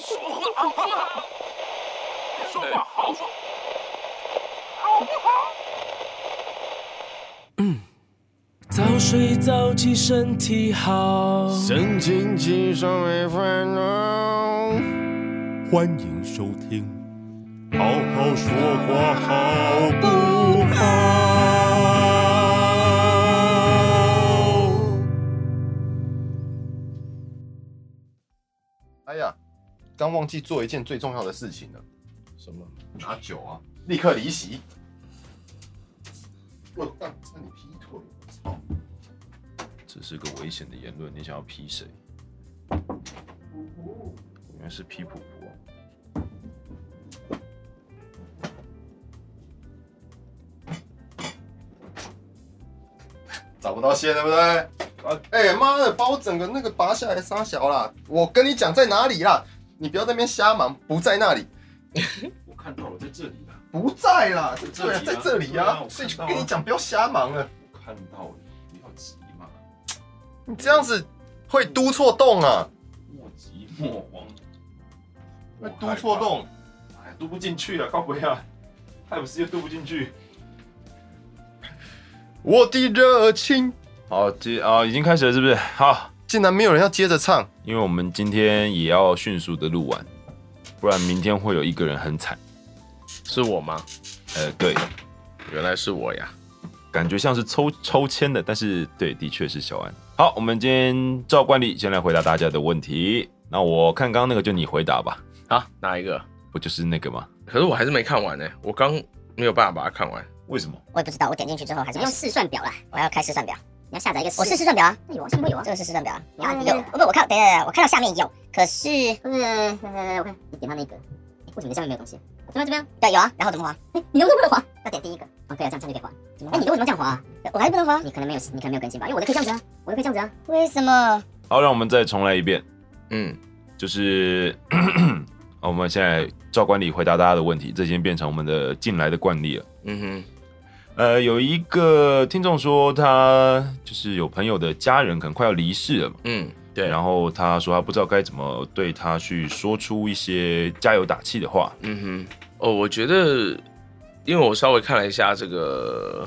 好不好？说话好说，好不好？早睡早起身体好。神清气爽没烦恼。欢迎收听，好好说话好不好？哎呀，刚忘记做一件最重要的事情了，什么？拿酒啊，立刻离席。我干，那你劈腿！我操！这是个危险的言论，你想要批谁？原来是批普普、啊。找不到线对不对？啊，哎妈的，把我整个那个拔下来杀小啦！我跟你讲在哪里啦，你不要在那边瞎忙，不在那里，我看到了，在这里啊，不在啦，在这里啊，这在里啊这里对啊啊我看到，啊所以就跟你讲不要瞎忙了，我看到了，不要急嘛，你这样子会督错洞啊，莫急莫慌，会督错洞。哎，读不进去了，高鬼啊，泰普斯又读不进去，我的热情好，接啊，已经开始了，是不是？好，竟然没有人要接着唱，因为我们今天也要迅速的录完，不然明天会有一个人很惨。是我吗？呃，对，原来是我呀！感觉像是抽抽签的，但是对，的确是小安。好，我们今天照惯例先来回答大家的问题。那我看刚刚那个就你回答吧，啊，哪一个？不就是那个吗？可是我还是没看完呢、我刚没有办法把它看完。为什么？我也不知道，我点进去之后还是用试算表啦，我要开试算表。你要下载一个，我是试算表啊，那有上面有啊，这个是试算表啊。啊，有，哦不，我看，等一下等一下，我看到下面有，可是，嗯，我看你点到那个，诶为什么下面没有东西？这边这边，对，有啊，然后怎么滑？哎，你能不能滑？要点第一个，哦，对啊，这样这样就可以滑。哎，你的为什么这样滑啊？我还不能滑？你可能没有，你可能没有更新吧，因为我的可以这样子啊，我的可以这样子啊。为什么？好，让我们再重来一遍，嗯，就是 哦好我们现在照惯例回答大家的问题，这已经变成我们的进来的惯例了。嗯呃，有一个听众说，他就是有朋友的家人可能快要离世了嘛，哼，嗯，对，然后，后他说他不知道该怎么对他去说出一些加油打气的话。嗯哼，哦，我觉得，因为我稍微看了一下这个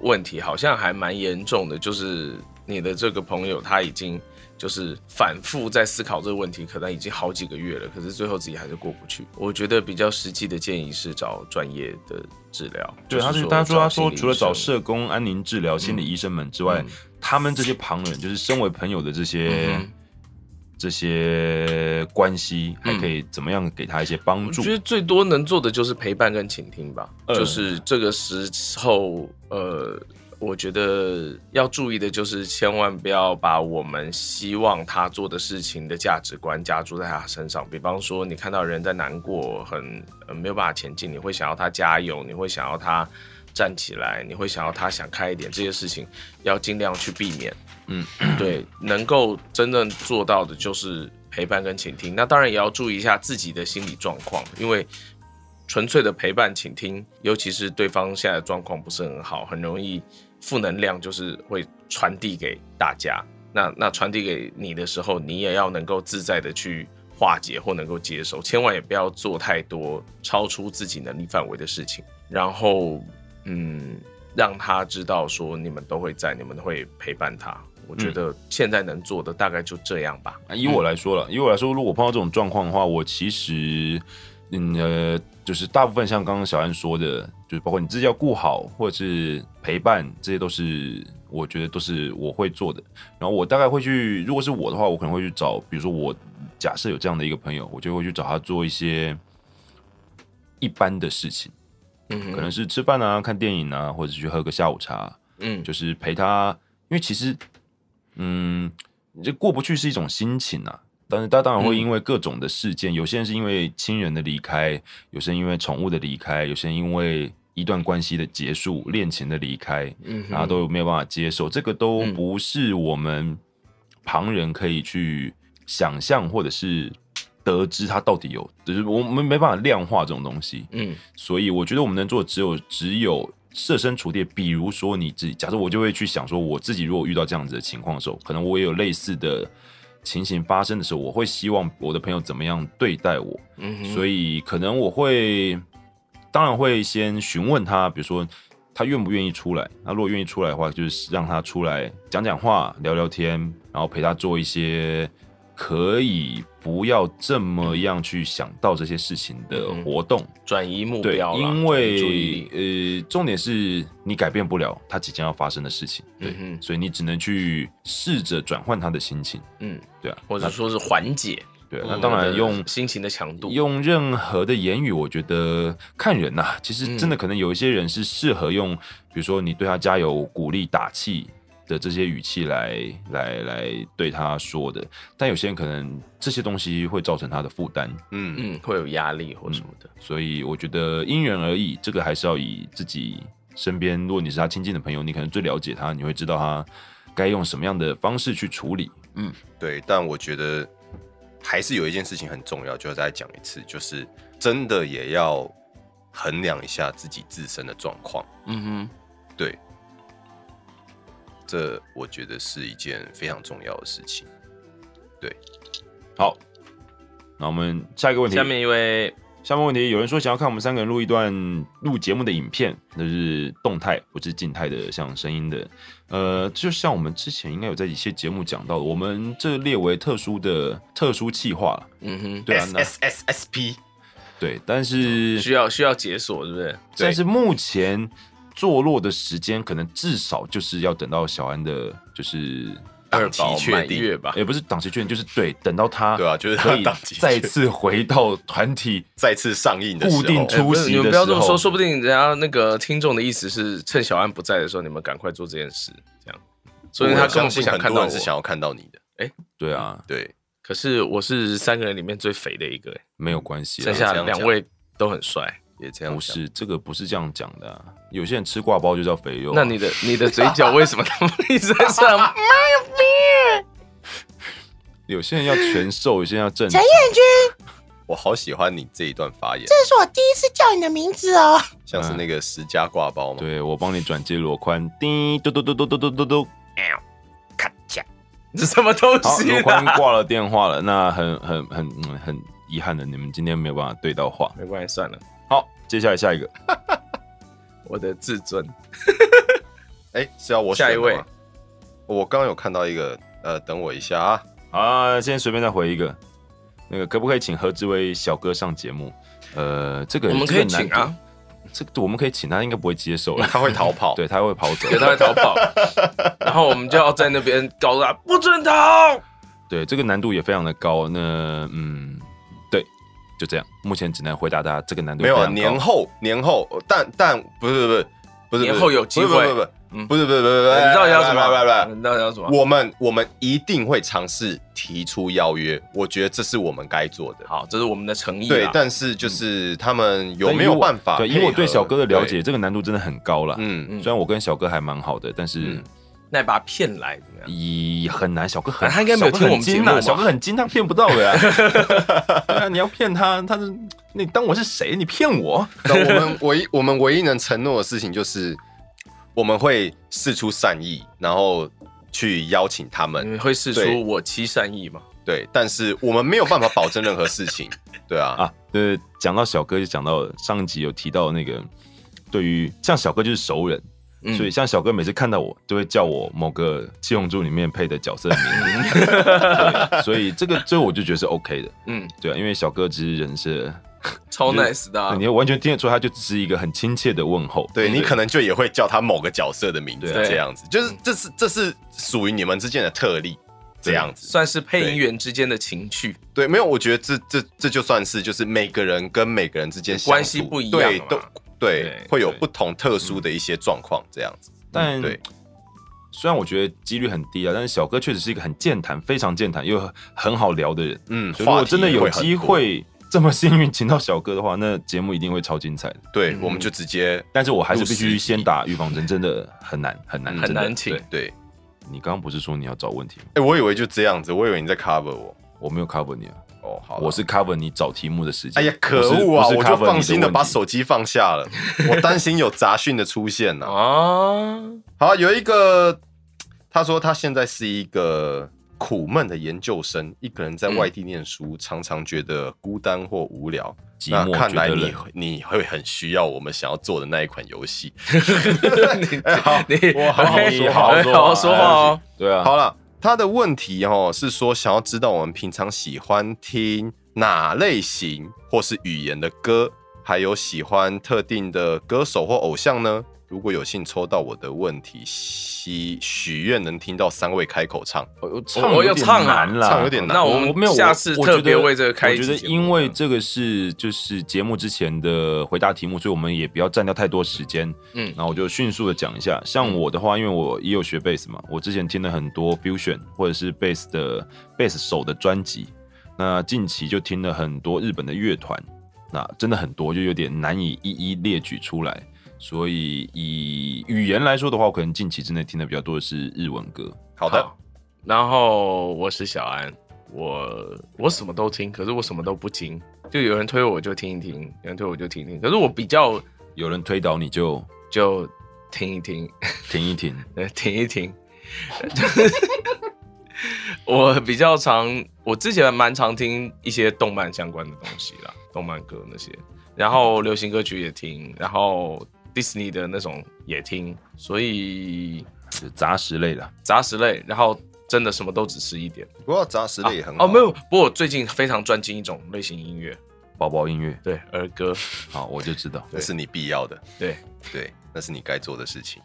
问题，好像还蛮严重的，就是你的这个朋友他已经就是反复在思考这个问题，可能已经好几个月了，可是最后自己还是过不去。我觉得比较实际的建议是找专业的治疗。对，就他是说，他说，他找说，心理除了医找生社工、安宁治疗、心理医生们之外，嗯他们这些旁人，就是身为朋友的这些、嗯哼这些关系，还可以怎么样给他一些帮我助？觉得最多能做的就是陪伴跟倾听吧。嗯就是这个时候，呃，我觉得要注意的就是，千万不要把我们希望他做的事情的价值观加注在他身上。比方说，你看到人在难过，很、呃、没有办法前进，你会想要他加油，你会想要他站起来，你会想要他想开一点，这些事情要尽量去避免。 对，能够真正做到的就是陪伴跟倾听。那当然也要注意一下自己的心理状况，因为纯粹的陪伴倾听，尤其是对方现在的状况不是很好，很容易负能量就是会传递给大家。那那传递给你的时候，你也要能够自在的去化解或能够接受，千万也不要做太多超出自己能力范围的事情。然后，嗯，让他知道说你们都会在，你们会陪伴他。我嗯觉得现在能做的大概就这样吧。啊以我来说了，以我来说，如果碰到这种状况的话，我其实，嗯呃，就是大部分像刚刚小安说的，就是包括你自己要顾好，或者是陪伴，这些都是我觉得都是我会做的。然后我大概会去，如果是我的话，我可能会去找，比如说我假设有这样的一个朋友，我就会去找他做一些一般的事情，嗯哼，可能是吃饭啊、看电影啊，或者是去喝个下午茶、嗯就是陪他，因为其实，嗯，你这过不去是一种心情啊。但是他当然嗯会因为各种的事件，有些人是因为亲人的离开，有些人因为宠物的离开，有些人因为一段关系的结束、恋情的离开，嗯哼然后都没有办法接受，这个都嗯不是我们旁人可以去想象或者是得知它到底有，就是我们没办法量化这种东西。嗯所以我觉得我们能做的只有只有设身处地，比如说你自己，假设我就会去想说，我自己如果遇到这样子的情况的时候，可能我也有类似的情形发生的时候，我会希望我的朋友怎么样对待我，嗯哼，所以可能我会，当然会先询问他，比如说他愿不愿意出来。那如果愿意出来的话，就是让他出来讲讲话、聊聊天，然后陪他做一些可以不要这么样去想到这些事情的活动。转移目对标，啦，因转移注意力为呃，重点是你改变不了他即将要发生的事情，对，嗯所以你只能去试着转换他的心情，哼嗯，对啊，或者那说是缓解，对啊，那当然用心情的强度，用任何的言语，我觉得看人呐、其实嗯真的可能有一些人是适合用，比如说你对他加油、鼓励、打气的这些语气来来来对他说的，但有些人可能这些东西会造成他的负担，嗯，嗯，会有压力或什么的，所以我觉得因人而异，这个还是要以自己身边，如果你是他亲近的朋友，你可能最了解他，你会知道他该用什么样的方式去处理。对，但我觉得还是有一件事情很重要，就要再讲一次，就是真的也要衡量一下自己自身的状况。嗯对，这我觉得是一件非常重要的事情。好，那我们下一个问哼。题，下面一位下面问题，有人说想要看我们三个人录一段录节目的影片，那是动态，不是静态的，像声音的。呃，就像我们之前应该有在一些节目讲到的，我们这列为特殊的特殊企划了。嗯哼，对啊，那 S S P，对，但是需要需要解锁，是不是？但是目前坐落的时间，可能至少就是要等到小安的，就是二档期宝确满定月吧，也不是档期确认，就是对，等到他对啊就是他可以档期再确定次回到团体再次上映的时固候，定哎出不是席你的们不时要这么候说，。说不定人家那个听众的意思是趁小安不在的时候，你们赶快做这件事，这样。所以他我根本相不信想很看多到人是想我。要看到你的。对啊，对，可是我是三个人里面最肥的一个，哎没有关系啦，啊剩下这样两讲位都很帅。也这样不想是这个不是这样讲的啊、有些人吃挂包就叫肥肉啊、那你的你的嘴角为什么他们一直在上？ 有些人要全 瘦，有些人要正常。我好喜欢你这一段发言，这是我第一次叫你的名字哦。像是那个十家挂包嘛。对我帮你转接罗宽，叮嘟嘟嘟嘟嘟嘟嘟嘟。 这什么东好，西啊罗啦宽？挂了电话了，那很很很嗯很遗憾的，你们今天没有办法对到话。 没关系，算了，好，接下来下一个，我的自尊。哎，是要我下一选的位吗我刚刚有看到一个，呃，等我一下啊。 啊，先随便再回一个。那个可不可以请何志威小哥上节目？呃，这个我们可以请，这个难啊度，这个我们可以请他，应该不会接受了，啊他会逃跑对他会跑走， 对，他会逃跑，然后我们就要在那边告诉他不准逃。对，这个难度也非常的高。那嗯，对，就这样。目前只能回答大家这个难度没有非啊，常高年后年后，但但不是不是不是不是年后有机会不是不是不嗯是不是不是不是，你到底要什不是不么？嗯是不你到底要什么？是，我们我们一定会尝试提出邀约，我觉得这是我们该做的。好，这是我们的诚意啊嗯啦。对，但是就是他们有但没以有我办法对，以我配合对小哥的了解，，这个难度真的很高了。对嗯，嗯虽然我跟小哥还蛮好的，但是嗯那你把他骗来怎么样？也很难。小哥很，啊他应该没有听我们节目吧小哥很精啊小哥很精，他骗不到的 啊。对啊，你要骗他，他是你当我是谁？你骗我？ 那我们唯一我们唯一能承诺的事情就是，我们会试出善意，然后去邀请他你们。们会试对出我妻善意吗？对，但是我们没有办法保证任何事情。对啊，啊，呃，讲到小哥就讲到上一集有提到那个，对于像小哥就是熟人，嗯所以像小哥每次看到我就会叫我某个《七龙珠》里面配的角色的名字， 对所以这个最后我就觉得是 OK 的，嗯，对啊，因为小哥其实人设，超你就 nice 的啊你，完全听得出他就只是一个很亲切的问候，对你可能就也会叫他某个角色的名字，对这样子，就是这是这是属于你们之间的特例，这样子。算是配音员之间的情趣。对，没有，我觉得这这这就算是就是每个人跟每个人之间相处关系不一样对嘛，都对对，会有对不同特殊的一些状况，这样子。但嗯对虽然我觉得几率很低啊，但是小哥确实是一个很健谈、非常健谈又很好聊的人，嗯，所以如果话题真的有会很机多，会这么幸运请到小哥的话，那节目一定会超精彩的。对嗯，我们就直接但是我还是录必十须先集打预防针，真的很难很难嗯很真的难请对对。你刚刚不是说你要找问题吗？哎，我以为就这样子，我以为你在 cover 我。我没有 cover 你啊，哦，好啦，我是 cover 你找题目的时间。哎呀，可不是恶啊！不是我就 cover 你放心的的问把题手机放下 了，我担心有杂讯的出现呢、啊，好，有一个，他说他现在是一个苦闷的研究生，一个人在外地念书，常常觉得孤单或无聊。寂那寞看觉来得你冷。会你会很需要我们想要做的那一款游戏。 你哎哇好好说好好说好好说话哦。对啊，好了，他的问题哦是说想要知道我们平常喜欢听哪类型或是语言的歌，还有喜欢特定的歌手或偶像呢？如果有幸抽到我的问题，希许愿能听到三位开口唱。我我我有唱啊难啦，唱有点难那我我没有，下次我觉特别得为这个开一我觉集得节目嗯因为这个是就是节目之前的回答题目，所以我们也不要占掉太多时间。嗯然后我就迅速的讲一下。像我的话，因为我也有学贝斯嘛，我之前听了很多 fusion 或者是贝斯的贝斯手的专辑。那近期就听了很多日本的乐团，那真的很多，就有点难以一一列举出来。所以以语言来说的话，我可能近期之内听的比较多的是日文歌。好的，好然后我是小安，我我什么都听，可是我什么都不精。就有人推我就听一听，有人推我就听一听。可是我比较有人推倒你就就听一听， 停一停。呃，停一停。我比较常，我之前蛮常听一些动漫相关的东西啦，动漫歌那些，然后流行歌曲也听，然后迪士尼的那种也听，所以是杂食类的，杂食类，然后真的什么都只吃一点。不过杂食类也很好、哦，没有，不过我最近非常专精一种类型音乐，宝宝音乐。对儿歌，好，我就知道。那是你必要的，对，对，那是你该做的事情。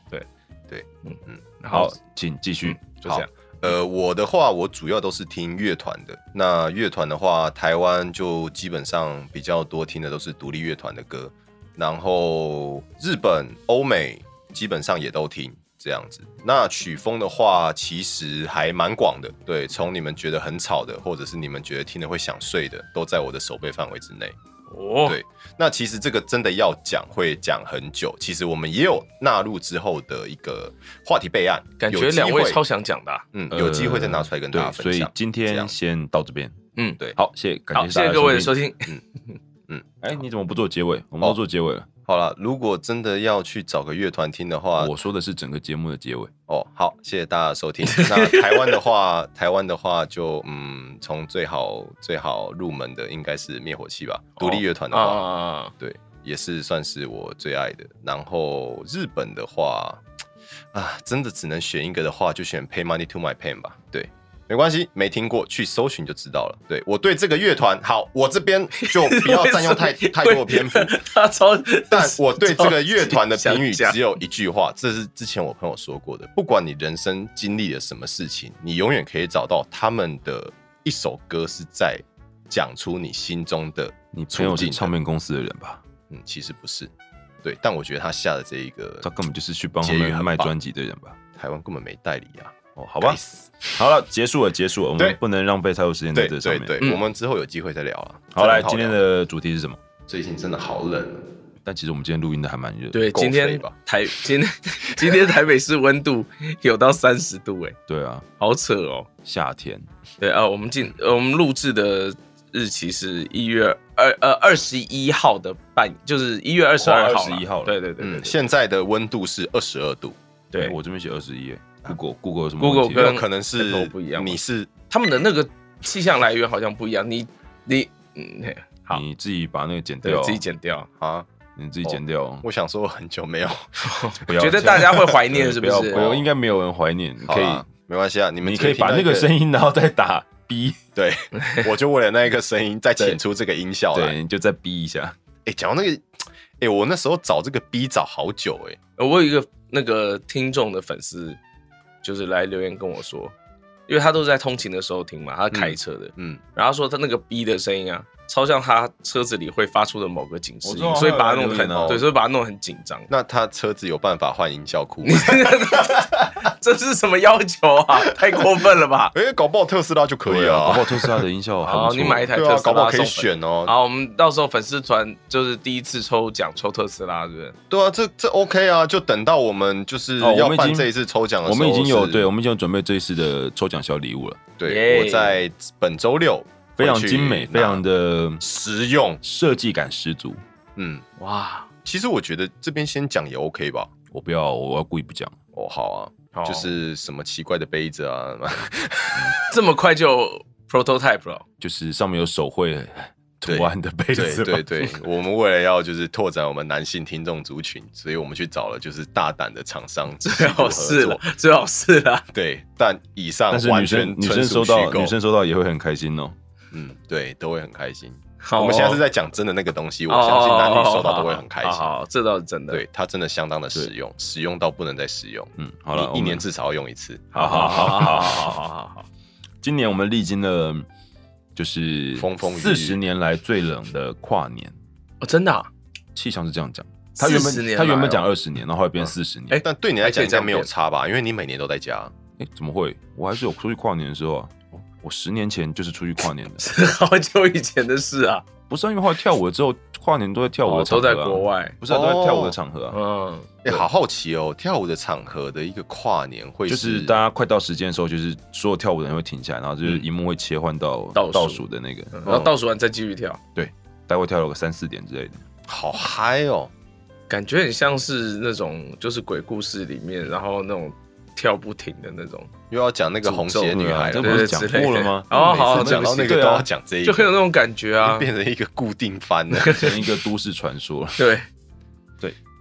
然好后，嗯请继嗯续。就这样。呃，我的话，我主要都是听乐团的。那乐团的话，台湾就基本上比较多听的都是独立乐团的歌，然后日本、欧美基本上也都听这样子。那曲风的话，其实还蛮广的，对，从你们觉得很吵的，或者是你们觉得听了会想睡的，都在我的手背范围之内。哦对，那其实这个真的要讲会讲很久。其实我们也有纳入之后的一个话题备案，感有觉机两位会超想讲的啊、嗯，有机会再拿出来跟大家呃分对享。所以今这天样先到这边。嗯，对好，谢谢，感好，谢谢各位的收听。听。哎，你怎么不做结尾？我们都哦做结尾了。好了，如果真的要去找个乐团听的话，我说的是整个节目的结尾。哦，好，谢谢大家的收听。 那台湾的话，台湾的话就嗯，从最好最好入门的应该是灭火器吧，哦独立乐团的话，啊，对，也是算是我最爱的。然后日本的话，啊，真的只能选一个的话，就选 Pay Money to My Pain 吧。对，没关系，没听过去搜寻就知道了。对我对这个乐团，好，我这边就不要占用太太多的篇幅。 他超， 但我对这个乐团的评语超级想讲只有一句话，这是之前我朋友说过的。不管你人生经历了什么事情，你永远可以找到他们的一首歌是在讲出你心中的你朋处友是境的。唱片公司的人吧？嗯，其实不是，对，但我觉得他下的这一个他根本就是去帮他结语们很卖棒专辑的人吧？台湾根本没代理啊，哦，好好吧，好了，结束了，结束了，我对们不能浪费太多时间在对这对上面。对，嗯我们之后有机会再聊了。好，来，真的今天聊的主题是什么？最近真的好冷，但其实我们今天录音的还蛮热的。对，够今肥天吧台今天 今天台北市温度有到三十度、哎，对啊，好扯哦。夏天对啊，我们进呃我们录制的日期是一月二呃二十一号的半，就是一月二十二号啦， 21号了对对对对嗯，对现在的温度是二十二度，对哎我这边写二十一，Google 啊 Google 有什么 Google 问题跟有可能是 Apple 不一样吗你是他们的那个气象来源好像不一样。你你嗯，嘿好你自己把那个剪对掉，自己，剪掉。啊，你自己剪掉。我想说很久没有，不要觉得这样大家会怀 念是不要是不？要应该没有人怀念，你好 可以啦没关系啊，你们你只可以把听那到一个声，音，然后再打 B，对 我就为了那一个声音再对请出这个音效来。对，你就再 B 一下。哎，讲到那个，哎，我那时候找这个 B 找好久，哎，呃我有一个那个听众的粉丝，就是来留言跟我说，因为他都是在通勤的时候听嘛，他开车的，嗯，。然后他说他那个逼的声音啊，超像他车子里会发出的某个警示我知音，道所以把他弄得他有来留言很哦对，所以把他弄得很紧张 那他车子有办法换音 效库吗？ 这是什么要求啊？太过分了吧！哎，搞不好特斯拉就可以对啊，搞啊不，好特斯拉的音效还不好，错。你买一台对特啊，斯搞不好拉可以送粉。选哦。好，我们到时候粉丝团就是第一次抽奖抽特斯拉，是不是？对啊，这这 OK 啊，就等到我们就是哦我们要已办经这一次抽奖的我时候们已经有是对，我们已经有准备这一次的抽奖小礼物了，对，耶我在本周六非常会去精美，拿非常的实用。设计感十足。嗯，哇，其实我觉得这边先讲也 OK 吧。我不要，我要故意不讲。哦，好啊，哦就是什么奇怪的杯子 啊，这么快就 prototype 了，就是上面有手绘图案的杯对子，对，对， 我们为了要就是拓展我们男性听众族群，所以我们去找了就是大胆的厂商直接 最合好哦是了作。，最好是了。对，但以上哦但是完女全生女生纯属收虚到构女生收到也会很开心哦。嗯，对，都会很开心。好哦我们现在是在讲真的那个东西，哦我相信男女收到都会很开心。好好好这倒是真的。对，它真的相当的实用，实用到不能再实用。嗯，好了，我一一们年至少要用一次。好好好好好好好。好好，今年我们历经了就是风风雨雨四十年来最冷的跨年，哦，真的啊，气象是这样讲。他原40本年他原来本哦讲二十年，然后后来变四十年。哎哎、但对你来讲还可以应该这样没有变，差吧？因为你每年都在家。怎么会？我还是有出去跨年的时候啊。我我十年前就是出去跨年的是 好久以前的事啊，不是啊因为后来跳舞了之后，跨年都在跳舞我的场哦都合、啊在国，外。不是、啊、都在跳舞哦的场合啊。嗯，哎、好好奇哦，跳舞的场合的一个跨年会就是大家快到时间的时候，就是所有跳舞的人会停下来，然后就是荧幕会切换到嗯倒数嗯倒数的那个，然后倒数完再继续跳，大概会跳到个三四点之 类的。好嗨哦！感觉很像是那种就是鬼故事里面，然后那种跳不停的那种，又要讲那个红鞋女孩这了不对，对是讲过了吗？之类的哦，好，好每次讲到那个对都啊要讲这一个，就很有那种感觉啊。变成一个固定番了。成一个都市传说了。对，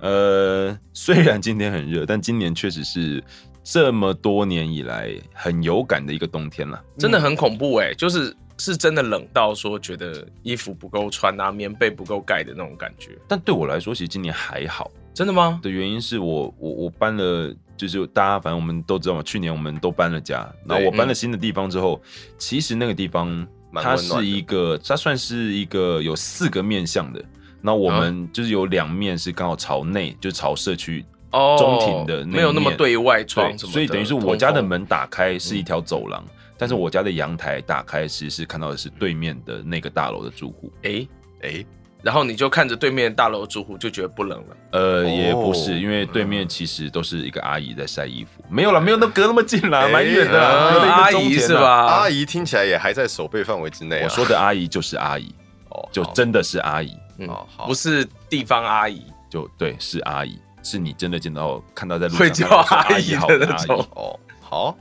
呃，虽然今天很热，但今年确实是这么多年以来很有感的一个冬天了。真的很恐怖哎、就是是真的冷到说觉得衣服不够穿啊，棉被不够盖的那种感觉。但对我来说，其实今年还好真的吗？的原因是我我我搬了，就是大家反正我们都知道嘛，去年我们都搬了家，然后我搬了新的地方之后，其实那个地方嗯蛮它温暖的是一个，它算是一个有四个面向的。那我啊们就是有两面是刚好朝内，就是朝社区哦，中庭的那一面没有那么对外对，窗什么的，所以等于是我家的通风嗯门打开是一条走廊，但是我家的阳台打开其实是看到的是对面的那个大楼的住户。诶，哎，然后你就看着对面大楼住户就觉得不冷了。呃，哦也不是，因为对面其实都是一个阿姨在晒衣服，没有了，没有那隔那么近啦，哎蛮远的啦，啊隔了一个阿钟姨前是啦？哎吧？阿姨听起来也还在手背范围之内啊。我说的阿姨就是阿姨，哦就好真的是阿姨，嗯哦好不是地方阿姨，就对，是阿姨，是你真的见到看到在路上会叫看到说阿姨姨好的那阿姨种，哦，好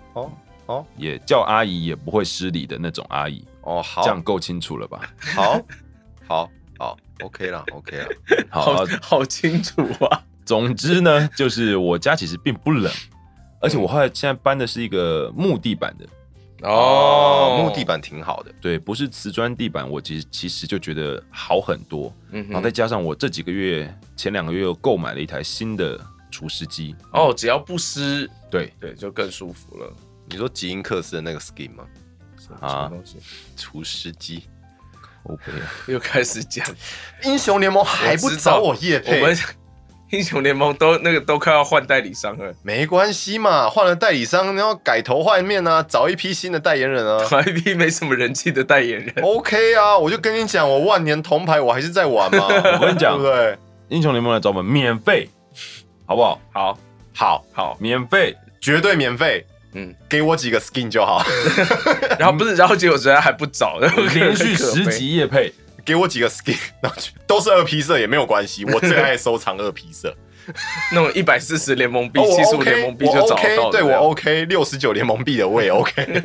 哦也叫阿姨也不会失礼的那种阿姨，哦，好，这样够清楚了吧？ 好，好，好，OK 啦，OK 啦。好，好清楚啊。总之呢，就是我家其实并不冷，而且我后来现在搬的是一个木地板的，哦，木地，板挺好的。对，不是瓷砖地板，我其实其实就觉得好很多。嗯然后再哼，加上我这几个月前两个月又购买了一台新的除湿机，哦，只要不湿，对对，就更舒服了。你说吉英克斯的那个 skin 吗？啊什么东西？除湿机， ，OK，又开始讲，英雄联盟还不找我叶我配？们 英雄联盟都那个都快要换代理商了，没关系嘛，换了代理商，然后改头换面啊，找一批新的代言人啊。团 IP 没什么人气的代言人。 OK 啊，我就跟你讲，我万年铜牌我还是在玩嘛。我跟你讲对不对？英雄联盟来找我们免费，好不好？好好，好，免费，绝对免费，嗯，给我几个 skin 就好，然后不是，然后结果人家还不找，连 续十集夜配，给我几个 skin，然后就都是二 P 色也没有关系，我最爱收藏二 P 色。那种一百四十联盟币、哦我七十五 OK，联盟币我就找 OK，到了。对这我样 OK，六十九联盟币的我也 OK。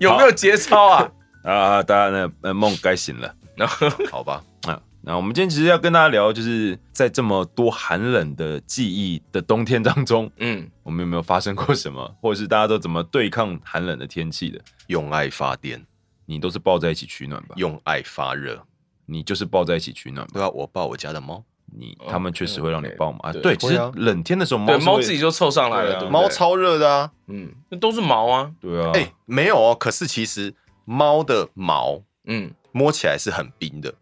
有没有节操啊？啊，大家呢，呃，梦该醒了。然后 好吧，啊，那我们今天其实要跟大家聊，就是在这么多寒冷的记忆的冬天当中，嗯，我们有没有发生过什么，或者是大家都怎么对抗寒冷的天气的？用爱发 电，你都是抱在一起取暖吧？用爱发热。你就是抱在一起取暖吧？对啊，我抱我家的猫，你哦他们确实会让你抱嘛？啊，对对，其实会啊冷天的时候，对，猫是猫会自己就凑上来对了，啊对不对猫，超热的啊。嗯，那都是毛啊，对啊，哎、没有哦，可是其实猫的毛嗯，摸起来是很冰的。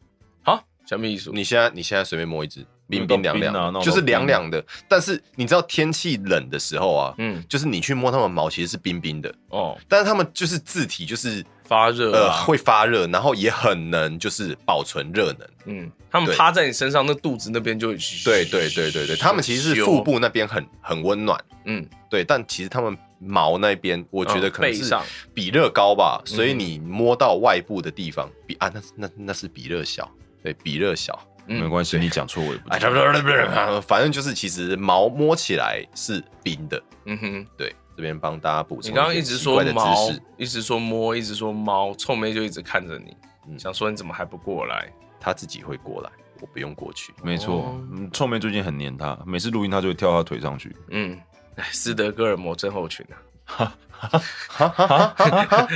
好，什么意思？你现在你现在随便摸一只，冰那种冰凉凉冰啊那的，种就是凉凉的。但是你知道天气冷的时候啊，啊嗯，就是你去摸它们毛其实是冰冰的，哦，但是它们就是字体就是发热呃啊，会发热，然后也很能就是保存热能。嗯，他们对趴在你身上，那肚子那边就会嘘对对对对对，它们其实是腹，部那边很很温暖，嗯，对，但其实它们毛那边我觉得嗯可能背是上比热高吧，所以嗯你摸到外部的地方比啊那那那是比热小，对比热小，嗯没关系，你讲错我也不哎，知不道。不不不，反正就是其实毛摸起来是冰的。嗯哼，对，这边帮大家补充。你刚刚一直说的毛知识，，一直说摸，一直说猫，臭妹就一直看着你，嗯想说你怎么还不过来？他自己会过来，我不用过去。没错哦，嗯臭妹最近很黏他，每次录音他就会跳他腿上去。嗯，哎，斯德哥尔摩症候群啊，哈哈哈哈哈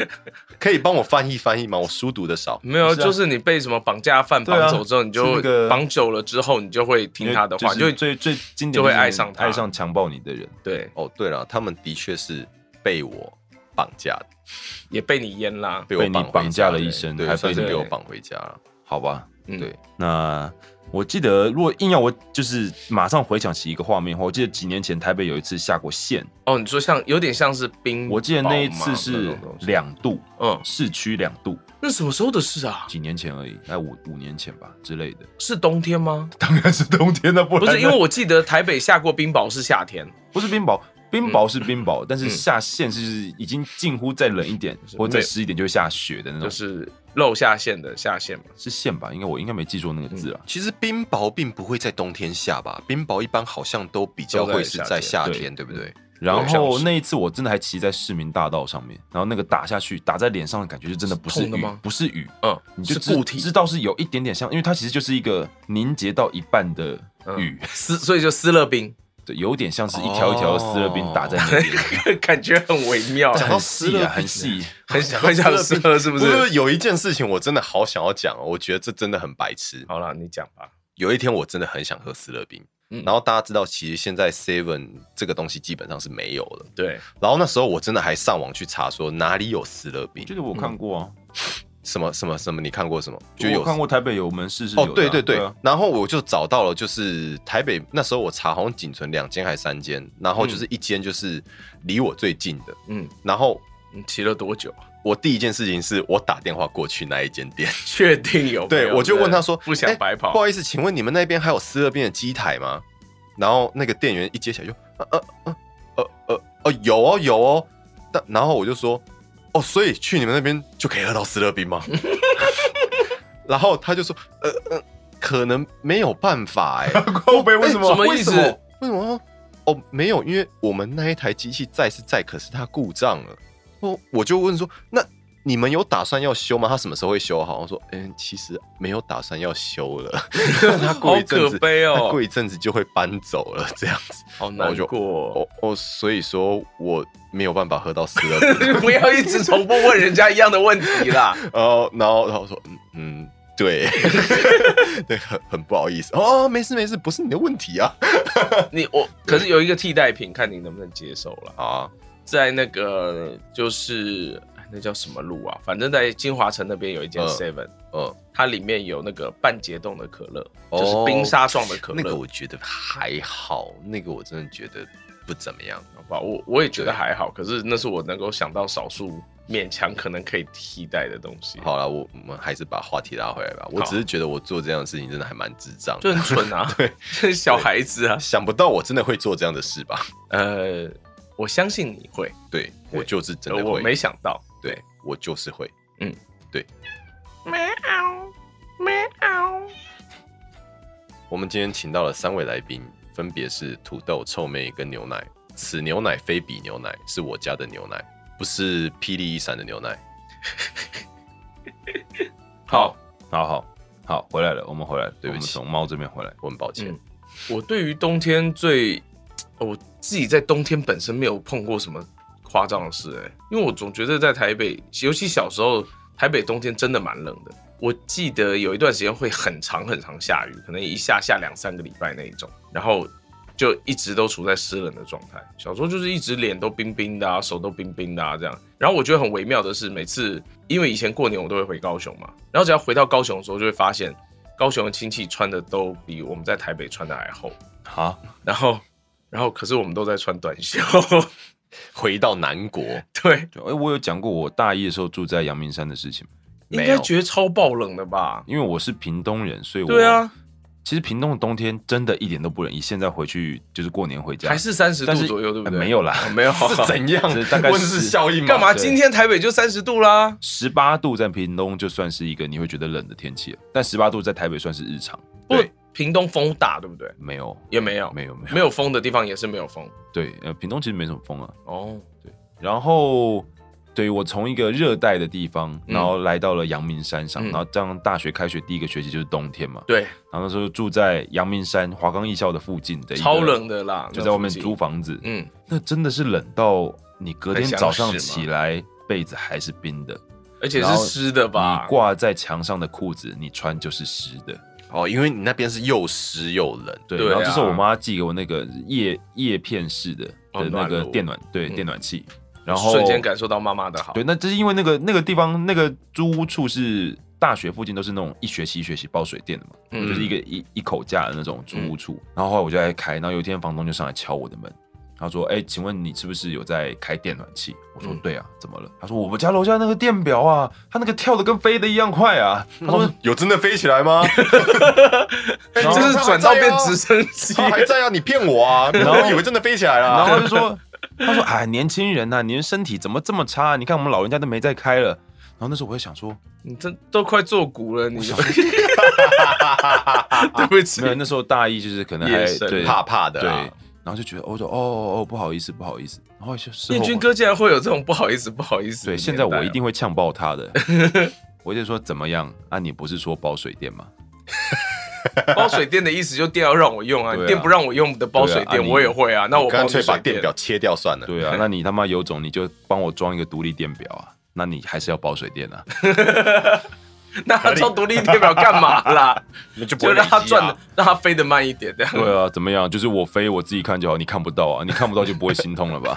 可以帮我翻译翻译吗？我书读的少。没有，是啊就是你被什么绑架犯对绑啊走之后，是你就那个绑久了之后，你就会听他的话，就就是最最经典就会是爱上他爱上强暴你的人。对，哦，对了，他们的确是被我绑架的，也被你淹啦。被我被你绑回绑架家了一对生还对，被算是你被我绑回家了。好吧，嗯对，那我记得，如果硬要我就是马上回想起一个画面的话，我记得几年前台北有一次下过线，哦，你说像有点像是冰雹嘛，我记得那一次那是种东西两度，嗯，市区两度，那什么时候的事啊？几年前而已，在嗯五五年前吧之类的。是冬天吗？当然是冬天的，不不然是，因为我我记得台北下过冰雹是夏天，不是冰雹。冰雹是冰雹，但是嗯下线是已经近乎再冷一点，或再湿一点就会下雪的那种，就是是露下线的下线嘛。是线吧？应该我应该没记错那个字啊。嗯其实冰雹并不会在冬天下吧？冰雹一般好像都比较都在会是在夏夏天天，对不对？然对像后是那一次我真的还骑在市民大道上面，然后那个打下去打在脸上的感觉是真的不是痛的雨吗，不是雨，嗯，你就是知固体知道是有一点点像，因为它其实就是一个凝结到一半的嗯雨，撕，所以就撕了冰，对，有点像是一条一条的哦丝勒冰打在那 边，感觉很微妙，讲到很丝细勒啊，冰很细。很想很想撕了，是不不是？是有一件事情我真的好想要讲哦，我觉得这真的很白痴。好了，你讲吧。有一天我真的很想喝斯乐冰，嗯然后大家知道，其实现在 Seven 这个东西基本上是没有了。对，然后那时候我真的还上网去查说哪里有斯乐冰我，觉得我看过啊，什么什么什么，你看过什么？就有我看过台北有门市是有哦的，啊对对对啊。然后我就找到了，就是台北那时候我查好像仅存两间还三间，然后嗯就是一间就是离我最近的，嗯，然后。你骑了多久？我第一件事情是我打电话过去那一间店，确定有没有？对我就问他说：“不想哎白跑。不好意思，请问你们那边还有斯乐冰的机台吗？”然后那个店员一接起来就：“呃呃呃呃呃，有哦有哦。”但然后我就说：“哦，所以去你们那边就可以喝到斯乐冰吗？”然后他就说：“呃呃，可能没有办法哎、靠 北为什什么？么意思？为什么？ 哦，没有，因为我们那一台机器在是在，可是它故障了。哦，我就问说，那你们有打算要修吗？他什么时候会修好？我说，嗯，其实没有打算要修了，他过一阵好可子，悲哦 他过一阵子就会搬走了，这样子。好然后难我就过。哦哦，所以说我没有办法喝到斯乐 冰。 不要一直重复问人家一样的问题啦。 然后，然后，然后说，嗯嗯，对， 对，很很不好意思。哦，没事没事，不是你的问题啊。你我可是有一个替代品，看你能不能接受了。啊，在那个就是哎那叫什么路啊？反正在金华城那边有一间嗯 Seven，、嗯，它里面有那个半解冻的可乐，哦就是冰沙状的可乐。那个我觉得还好，那个我真的觉得不怎么样。好吧，我我也觉得还好，可是那是我能够想到少数勉强可能可以替代的东西。，好了，我我们还是把话题拉回来吧。我好只是觉得我做这样的事情真的还蛮智障 就的，很蠢啊，对， 就是小孩子啊。想不到我真的会做这样的事吧？呃，我相信你会，对我就是真的呃我会，没想到。对我就是会。喵喵，我们今天请到了三位来宾，分别是土豆、臭妹跟牛奶。此牛奶非彼牛奶，是我家的牛奶，不是霹雳一闪的牛奶。好，好好好，回来了，我们回来了，对不起我们从猫这边回来。我很抱歉，嗯我对于冬天最，我自己在冬天本身没有碰过什么夸张的事、欸，因为我总觉得在台北，尤其小时候，台北冬天真的蛮冷的。我记得有一段时间会很长很长下雨，可能一下下两三个礼拜那一种，然后就一直都处在湿冷的状态。小时候就是一直脸都冰冰的啊，手都冰冰的啊这样。然后我觉得很微妙的是，每次因为以前过年我都会回高雄嘛，然后只要回到高雄的时候，就会发现高雄的亲戚穿的都比我们在台北穿的还厚。好，然后，然后可是我们都在穿短袖，回到南 国，对，就哎，我有讲过我大一的时候住在阳明山的事情吗，应没该有觉得超爆冷的吧？因为我是屏东人，所以我对啊，其实屏东的冬天真的一点都不冷，以现在回去就是过年回家还是三十度但是左右，对不对？呃没有啦哦没有，是怎样这 大概？是温室效应吗？干嘛？对今天台北就三十度啦，十八度在屏东就算是一个你会觉得冷的天气了，但十八度在台北算是日常。不对，屏东风大，对不对？没有，也没有，没有，没有，没有风的地方也是没有风对，呃，屏东其实没什么风啊。哦。然后，对我从一个热带的地方，然后来到了阳明山上，嗯然后这样大学开学第一个学期就是冬天嘛，对，然后那时候住在阳明山华冈艺校的附近的一个超冷，的啦，就在外面那附近租。房子，嗯，那真的是冷到你隔天很想早上死起吗来被子还是冰的，而且然是后湿的吧你？挂在墙上的裤子你穿就是湿的。哦，因为你那边是又湿又冷，对，对然后这啊是我妈寄给我那个叶叶片式的哦的那暖个炉电暖，对嗯电暖器，然后瞬间感受到妈妈的好。对，那这是因为那个那个地方那个租屋处是大学附近都是那种一学期一学期包水电的嘛，嗯就是一个一一口价的那种租屋处。然后后来我就在开，然后有一天房东就上来敲我的门，他说：“哎、请问你是不是有在开电暖气？”我说：“嗯对啊，怎么了？”他说：“我们家楼下那个电表啊，它那个跳的跟飞的一样快啊。”他 说有真的飞起来吗？哎，然后这是转到变直升机，他还在啊，你骗我啊！然后我以为真的飞起来然后了。啊他就说：“他说哎，年轻人呐、你们身体怎么这么差、啊你看我们老人家都没在开了。”然后那时候我就想说，你这都快做骨了，你。对不起 没，有，那时候大一就是可能还夜深对怕怕的对，啊然，后就觉得我说哦哦哦，不好意思，不好意思。然后就事后彦军哥竟然会有这种不好意思、不好意思的对，年代啊。现在我一定会呛爆他 的。我就说怎么样啊？你不是说包水电 吗？包水电的意思就电要让我用啊，对啊你电不让我用的包水对啊啊电你我也会啊，那我干包脆水把电表切掉算了。对啊，那你他妈有种你就帮我装一个独立电表啊！那你还是要包水 电啊？那他装独立电表干嘛啦？那 就不就会让他累积啊转，让他飞得慢一点，这样。对啊，怎么样？就是我飞我自己看就好，你看不到啊，你看不到就不会心痛 了吧？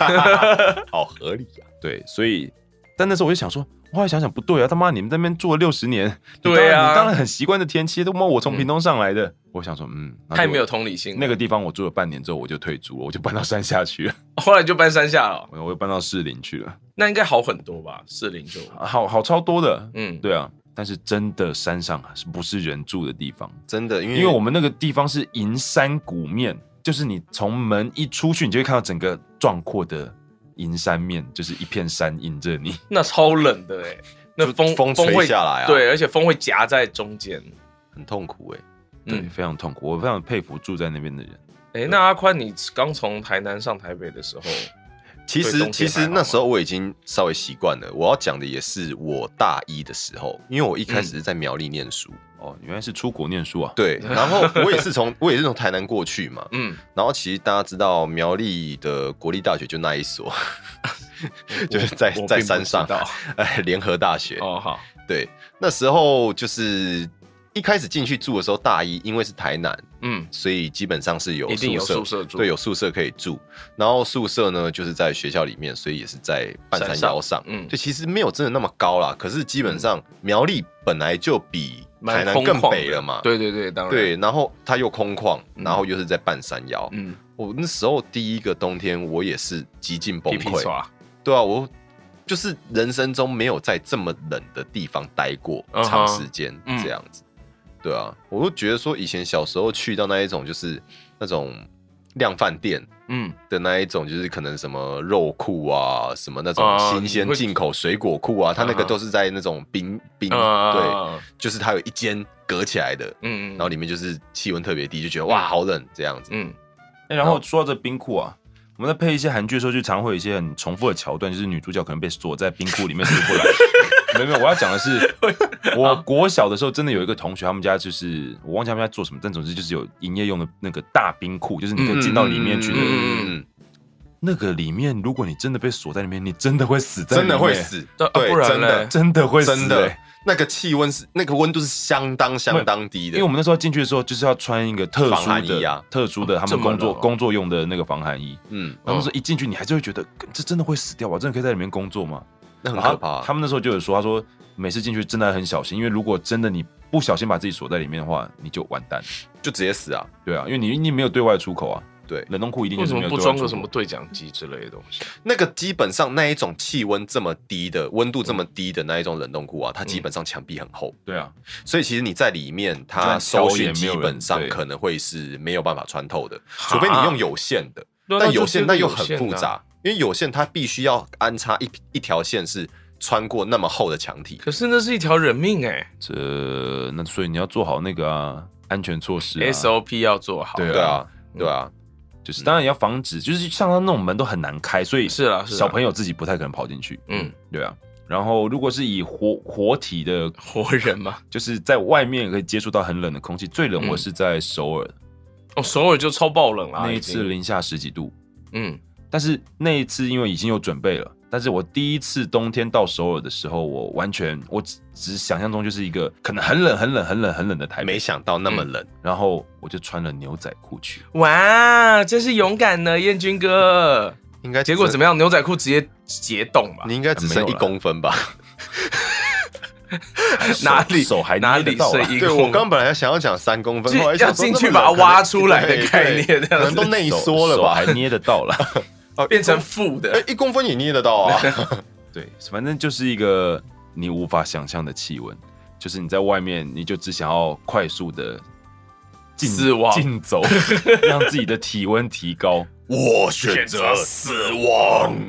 好合理啊！对，所以，但那时候我就想说，我后来想想不对啊，他妈你们在那边住了六十年，你当然对啊你当然很习惯的天气，他妈我从屏东上来的，我想说，嗯，那就太没有同理心了。那个地方我住了半年之后我就退租了，我就搬到山下去了，后来就搬山下了，我又搬到士林去了，那应该好很多吧？四零就好好超多的，嗯，对啊，但是真的山上啊是不是人住的地方？真的，因为因为我们那个地方是银山谷面，就是你从门一出去，你就会看到整个壮阔的银山面，就是一片山迎着你。那超冷的哎，那就风风吹会下来啊对，而且风会夹在中间。很痛苦哎。对，嗯，非常痛苦。我非常佩服住在那边的人。哎，那阿宽，你刚从台南上台北的时候，其对实冬天其还实好那吗时候我已经稍微习惯了。我要讲的也是我大一的时候，因为我一开始是在苗栗念书，哦，原来是出国念书啊。对，然后我也是从 我也是从台南过去嘛。嗯，然后其实大家知道苗栗的国立大学就那一所， 就是在我在并不山上知道， 哎，联合大学。哦好，对，那时候就是一开始进去住的时候，大一因为是台南，嗯，所以基本上是有一定有宿舍宿舍住，对，有宿舍可以住。然后宿舍呢，就是在学校里面，所以也是在半山腰上。嗯对，其实没有真的那么高啦，可是基本上苗栗本来就比台蛮南空更旷北的了嘛。对对对，当然，对，然后它又空旷，嗯然后又是在半山腰。嗯，我那时候第一个冬天，我也是极尽崩皮皮溃。刷，对啊，我就是人生中没有在这么冷的地方待过嗯哼长时间嗯这样子。对啊，我都觉得说以前小时候去到那一种就是那种量饭店嗯，的那一种，就是可能什么肉库啊，什么那种啊新鲜你会进口水果库啊，它那个啊都是在那种冰冰嗯对，啊，就是它有一间隔起来的，嗯嗯，然后里面就是气温特别低，就觉得哇好冷这样子。嗯，诶然后说到这冰库啊，我们在配一些韩剧的时候，就常会有一些很重复的桥段，就是女主角可能被锁在冰库里面出 不来。没有没有，我要讲的是，我国小的时候真的有一个同学，他们家就是我忘记他们家做什么，但总之就是有营业用的那个大冰库，就是你可以进到里面去的。嗯，嗯嗯嗯那个里面，如果你真的被锁在里面，你真的会死在里真面，的会，死，对啊不对，然真的嘞真的会死、欸真的诶，那个气温是那个温度是相当相当低因的，为我们那时候进去的时候，就是要穿一个特防殊寒衣的、啊特殊的他这们么工作、冷哦工作用的那个防寒衣。嗯，然后那时候一进去，你还是会觉得，干这真的会死掉吧？真的可以在里面工作吗？那很然后可怕啊。他们那时候就有说，他说每次进去真的很小心，因为如果真的你不小心把自己锁在里面的话，你就完蛋。就直接死啊！对啊，因为你你没有对外出口啊。对冷冻库一定就为是什没么有不对外装出个口什么？对讲机之类的东西？那个基本上那一种气温这么低的、温度这么低的那一种冷冻库啊，它基本上墙壁很厚，对啊，所以其实你在里面，它就算搜敲也寻没有基人本上对可能会是没有办法穿透的，除非你啊用有线的，对但啊那就有是线那又有很线复的啊杂，因为有线它必须要安插一一条线是穿过那么厚的墙体，可是那是一条人命哎、这那所以你要做好那个啊，安全措施、啊、 SOP 要做好。对对啊，对啊，就是当然要防止，就是像他那种门都很难开，所以是啦是啦小朋友自己不太可能跑进去。嗯，对啊。然后如果是以活活体的， 活人嘛，就是在外面可以接触到很冷的空气，最冷嗯我是在首尔、嗯哦，首尔就超爆啊冷啦，啊那一已经次，零下十几度，嗯，但是那一次因为已经有准备了，但是我第一次冬天到首尔的时候，我完全我只只想象中就是一个可能很冷很冷很冷很冷的台没北，想到那么冷，然后我就穿了牛仔裤去，哇，真是勇敢呢，彦君哥。应该结果怎么样？样？牛仔裤直接解冻吧？你应该只剩没一有啦公分吧？ 哪里手手还哪捏得里到啦啊剩一对公？我刚本来想要讲三公分，就后来想说要进去那么冷把它挖出来的可能概念对这样可能 子都内手缩了手吧？还捏得到了。哦变成一公负哎的，一公分也捏得到啊？对，反正就是一个你无法想象的气温，就是你在外面，你就只想要快速的进死亡进走，让自己的体温提高。我选择死亡。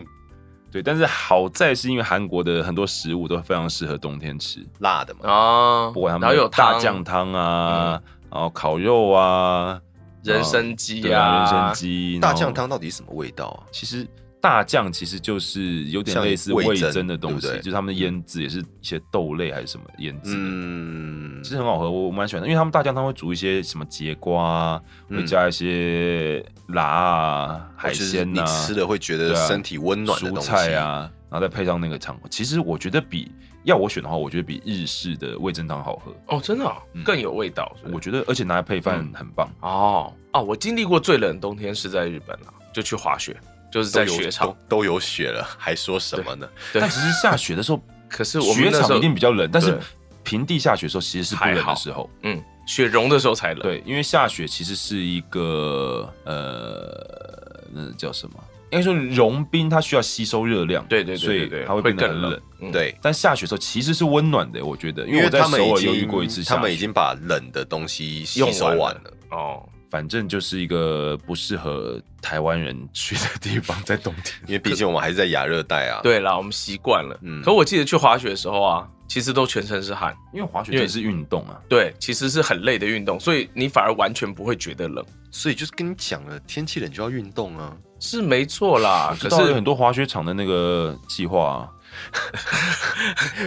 对，但是好在是因为韩国的很多食物都非常适合冬天吃，辣的嘛，啊，不管他嗯们然后有大汤嗯酱汤啊，然后烤肉啊，人参鸡对啊，人参啊，鸡、大然后酱汤到底是什么味道啊？其实大酱其实就是有点像类似味味噌噌的东西，对不对就是他们的腌制也是一些豆类还是什么腌制的。嗯其，实很好喝，我我蛮喜欢的，因为他们大酱汤会煮一些什么节瓜啊，嗯会加一些辣啊、海鲜呐、就是你吃了会觉得对啊身体温暖的蔬东西菜。啊，然后再配上那个汤。其实我觉得比要我选的话，我觉得比日式的味噌汤好喝。哦，真的哦嗯更有味道。是不是我觉得，而且拿来配饭很棒。哦啊，我经历过最冷的冬天是在日本啊，就去滑雪，就是都在有雪都场。都有雪了，还说什么呢？对但只是下雪的时候，可是我们雪那时场候一定比较冷，但是对平地下雪的时候其实是不冷还好的时候。嗯，雪融的时候才冷。，对，因为下雪其实是一个呃，那叫什么？应该说融冰，它需要吸收热量，对对对所以对对它会会变得更很冷冷。嗯对，但下雪的时候其实是温暖的，我觉得，因为我在他们首已尔有经遇过一次下雪，他们已经把冷的东西吸用收完完了了。哦，反正就是一个不适合台湾人去的地方，在冬天。因为毕竟我们还是在亚热带啊。，对啦，我们习惯了。嗯可我记得去滑雪的时候啊，其实都全身是汗。 因为滑雪真的是运动啊，对，其实是很累的运动，所以你反而完全不会觉得冷，所以就是跟你讲了，天气冷就要运动啊。是没 错啦。可可是有是很多滑雪场的那个计划、啊，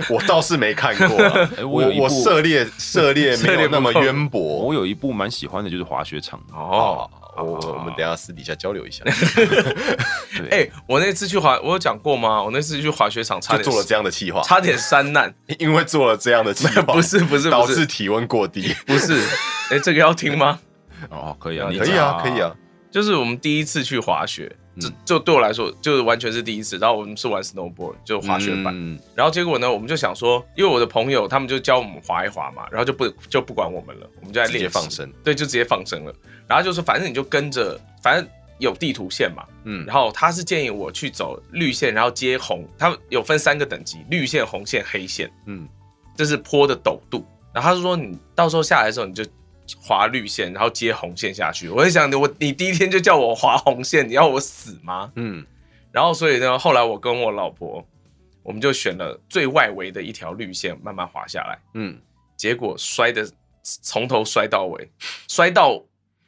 我倒是没看过 啊、哎我我有一部我涉猎涉猎没有那么渊博。我有一部蛮喜欢的，就是滑雪场。哦，我我们等一下私底下交流一 下，对，哎、我那次去滑，我有讲过吗？我那次去滑雪场差就点做了这样的计划，差点 山难， 因为做了这样的计划，不是不是导不致是体温过 低。不是，哎、这个要听吗？哦，可以啊，你可以讲啊，可以。啊，就是我们第一次去滑雪，这嗯就对我来说就是完全是第一次。然后我们是玩 snowboard，就滑雪板。嗯然后结果呢，我们就想说，因为我的朋友他们就教我们滑一滑嘛，然后就不就不管我们了，我们就在直练接习放，生。对，就直接放生了。然后就说，反正你就跟着，反正有地图线嘛。嗯然后他是建议我去走绿线，然后接红，他们有分三个等级，绿线、红线、黑线。嗯，这是坡的陡度。然后他就说你到时候下来的时候你就划绿线，然后接红线下去。我就想我你第一天就叫我划红线，你要我死吗？嗯，然后所以呢，后来我跟我老婆，我们就选了最外围的一条绿线慢慢滑下来，嗯，结果摔的从头摔到尾，摔到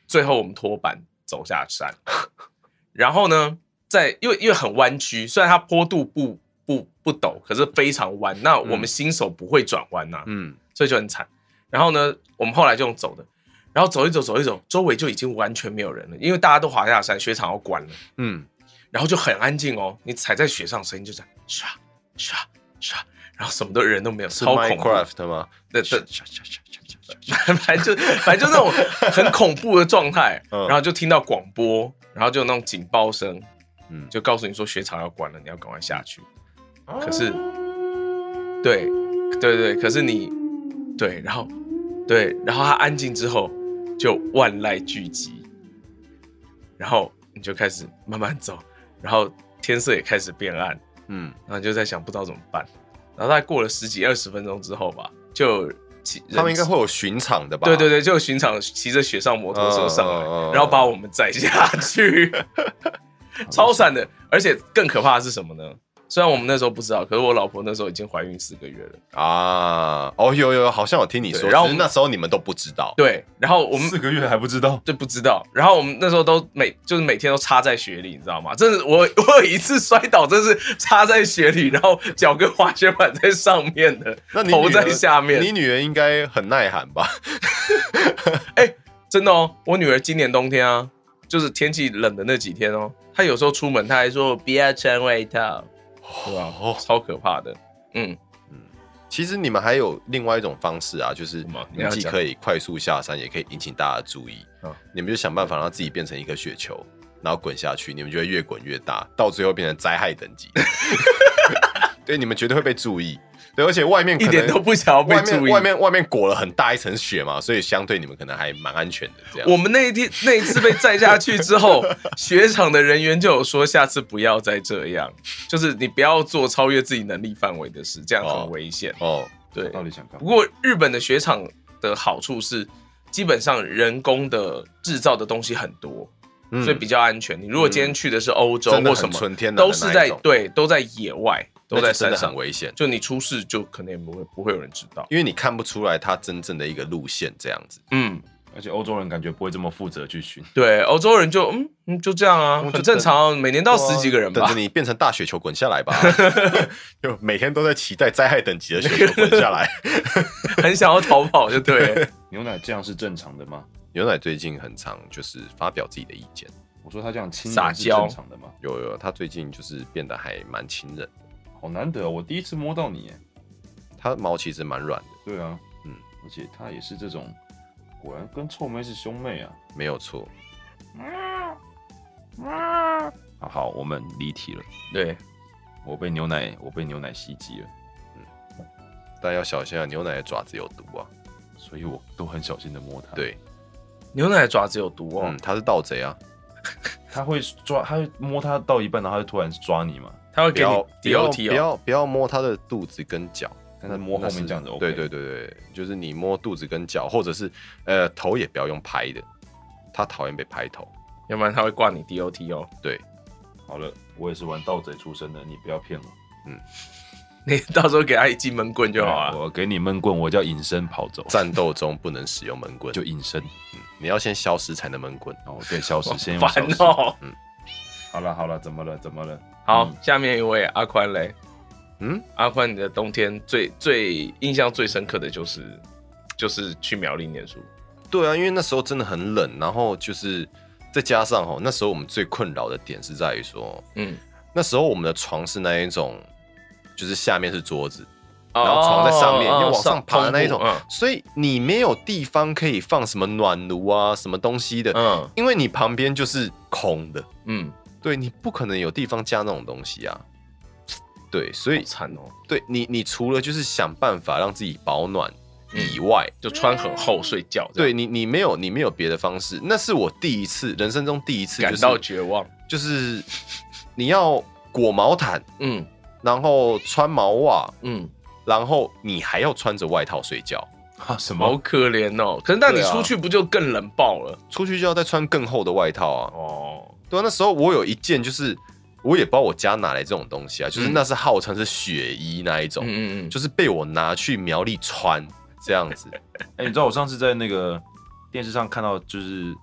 最后我们脱板走下山。 然后呢，在因为因为很弯曲，虽然它坡度不不不陡，可是非常弯。那我们新手不会转弯呐、嗯，所以就很惨。然后呢，我们后来就用走的，然后走一走，走一走，周围就已经完全没有人了，因为大家都滑下山，雪场要关了，嗯，然后就很安静哦。你踩在雪上，声音就这样唰唰唰，然后什么都人都没有，是超恐怖。 Minecraft 吗？对对，反正就反正就那种很恐怖的状态， 嗯然后就听到广播，然后就有那种警报声，嗯，哦就告诉你说雪场要关了，你要赶快下去。可是，对，对对，可是你，对，然后，对，然后它安静之后就万籁俱寂，然后你就开始慢慢走，然后天色也开始变暗，嗯然后你就在想不知道怎么办，然后大概过了十几二十分钟之后吧，就骑他们应该会有巡场的吧？对对对，就寻常骑着雪上摩托车上来，嗯嗯嗯嗯然后把 我们载下去，超惨的。而且更可怕的是什么呢？虽然我们那时候不知道，可是我老婆那时候已经怀孕四个月了。啊，哦，有有，好像有听你说，对然后只是那时候你们都不知道，对，然后我们四个月还不知道，就不知道。然后我们那时候都每就是每天都插在雪里，你知道吗？真的，我我有一次摔倒，真是插在雪里，然后脚跟滑雪板在上面的，那你头女儿在下你面。女儿应该很耐寒吧？真的哦，我女儿今年冬天啊，就是天气冷的那几天哦，她有时候出门，她还说不要穿外套，对吧、哦超可怕的。嗯，其实你们还有另外一种方式啊，就是么你们既可以快速下山，也可以引起大家注意嗯。你们就想办法让自己变成一个雪球，然后滚下去，你们就会越滚越大，到最后变成灾害等 级。对，你们绝对会被注意。对，而且外面可一能点都不想要被外注面意。外面外面裹了很大一层雪嘛，所以相对你们可能还蛮安全的。这样，我们那 一天那一次被载下去之后，雪场的人员就有说，下次不要再这样，就是你不要做超越自己能力范围的事，这样哦很危险。哦，对，道理想干不。过日本的雪场的好处是，基本上人工的制造的东西很多，嗯所以比较安全。你如果今天去的是欧洲真的或很什么，纯天然的都是那一在种对都在野外，都那就在真山的很上，危险，就你出事就可能也不会不会有人知道。因为你看不出来它真正的一个路线这样子。嗯，而且欧洲人感觉不会这么负责去寻，对，欧洲人就嗯嗯就这样啊，嗯就很正常啊，每年到十几个人等吧着。你变成大雪球滚下 来吧，就每天都在期待灾害等级的雪球滚下 来。很想要逃跑就对 了。牛奶这样是正常的吗？牛奶最近很常就是发表自己的意见，我说他这样亲撒人是娇正常的吗？有有，他最近就是变得还蛮亲人的，好难得、哦，我第一次摸到你耶。他毛其实蛮软的，对啊，嗯，嗯而且他也是这种，果然跟臭妹是兄妹啊。没有错。啊，好，我们离题了。对，我被牛奶，我被牛奶袭击了，但要小心啊，牛奶的爪子有毒啊！所以我都很小心的摸它。，对，牛奶的爪子有毒啊哦嗯，，它是盗贼啊，它会抓，它会摸它到一半，然后它就突然抓你嘛。它会不给你要不要不 DOT 哦。要不要摸它的肚子跟脚，但是摸后面这样子那是 OK。对对对对，就是你摸肚子跟脚，或者是呃头也不要用拍的，他讨厌被拍 头。要不然它会挂你 DOT 哦。 对，好了，我也是玩盗贼出身的，你不要骗我。你到时候给它一记闷棍就好啊了。我给你闷棍，我叫隐身跑走，战斗中不能使用闷棍，就就隐身。你要先消失才能闷棍。哦，对，消失，先用 烦消失。哦。好了好了，怎么了怎么了？好嗯，下面一位阿宽嘞。嗯，阿宽，你的冬天最最印象最深刻的就是就是去苗栗念书。对啊，因为那时候真的很冷，然后就是再加上哦，那时候我们最困扰的点是在于说，嗯，那时候我们的床是那一种，就是下面是桌子，然后床在上面，哦要往上爬的那一种上通铺，嗯所以你没有地方可以放什么暖炉啊、什么东西的，嗯因为你旁边就是空的，嗯，对你不可能有地方加那种东西啊。对，所好以惨哦，对你，你除了就是想办法让自己保暖以外，就穿很厚睡觉，对，你，你没有你没有别的方式。那是我第一次，人生中第一次、就感是，到绝望。就是你要裹毛毯，嗯然后穿毛袜，嗯，然后你还要穿着外套睡觉，啊什好么？可怜哦。可是那你对啊出去不就更冷爆了？出去就要再穿更厚的外套啊。哦，对啊，那时候我有一件就是。我也不知道我家哪来这种东西啊，就是嗯那是号称是雪衣那一种，嗯嗯 嗯，就是被我拿去苗栗穿这样子。哎、你知道我上次在那个电视上看到，就是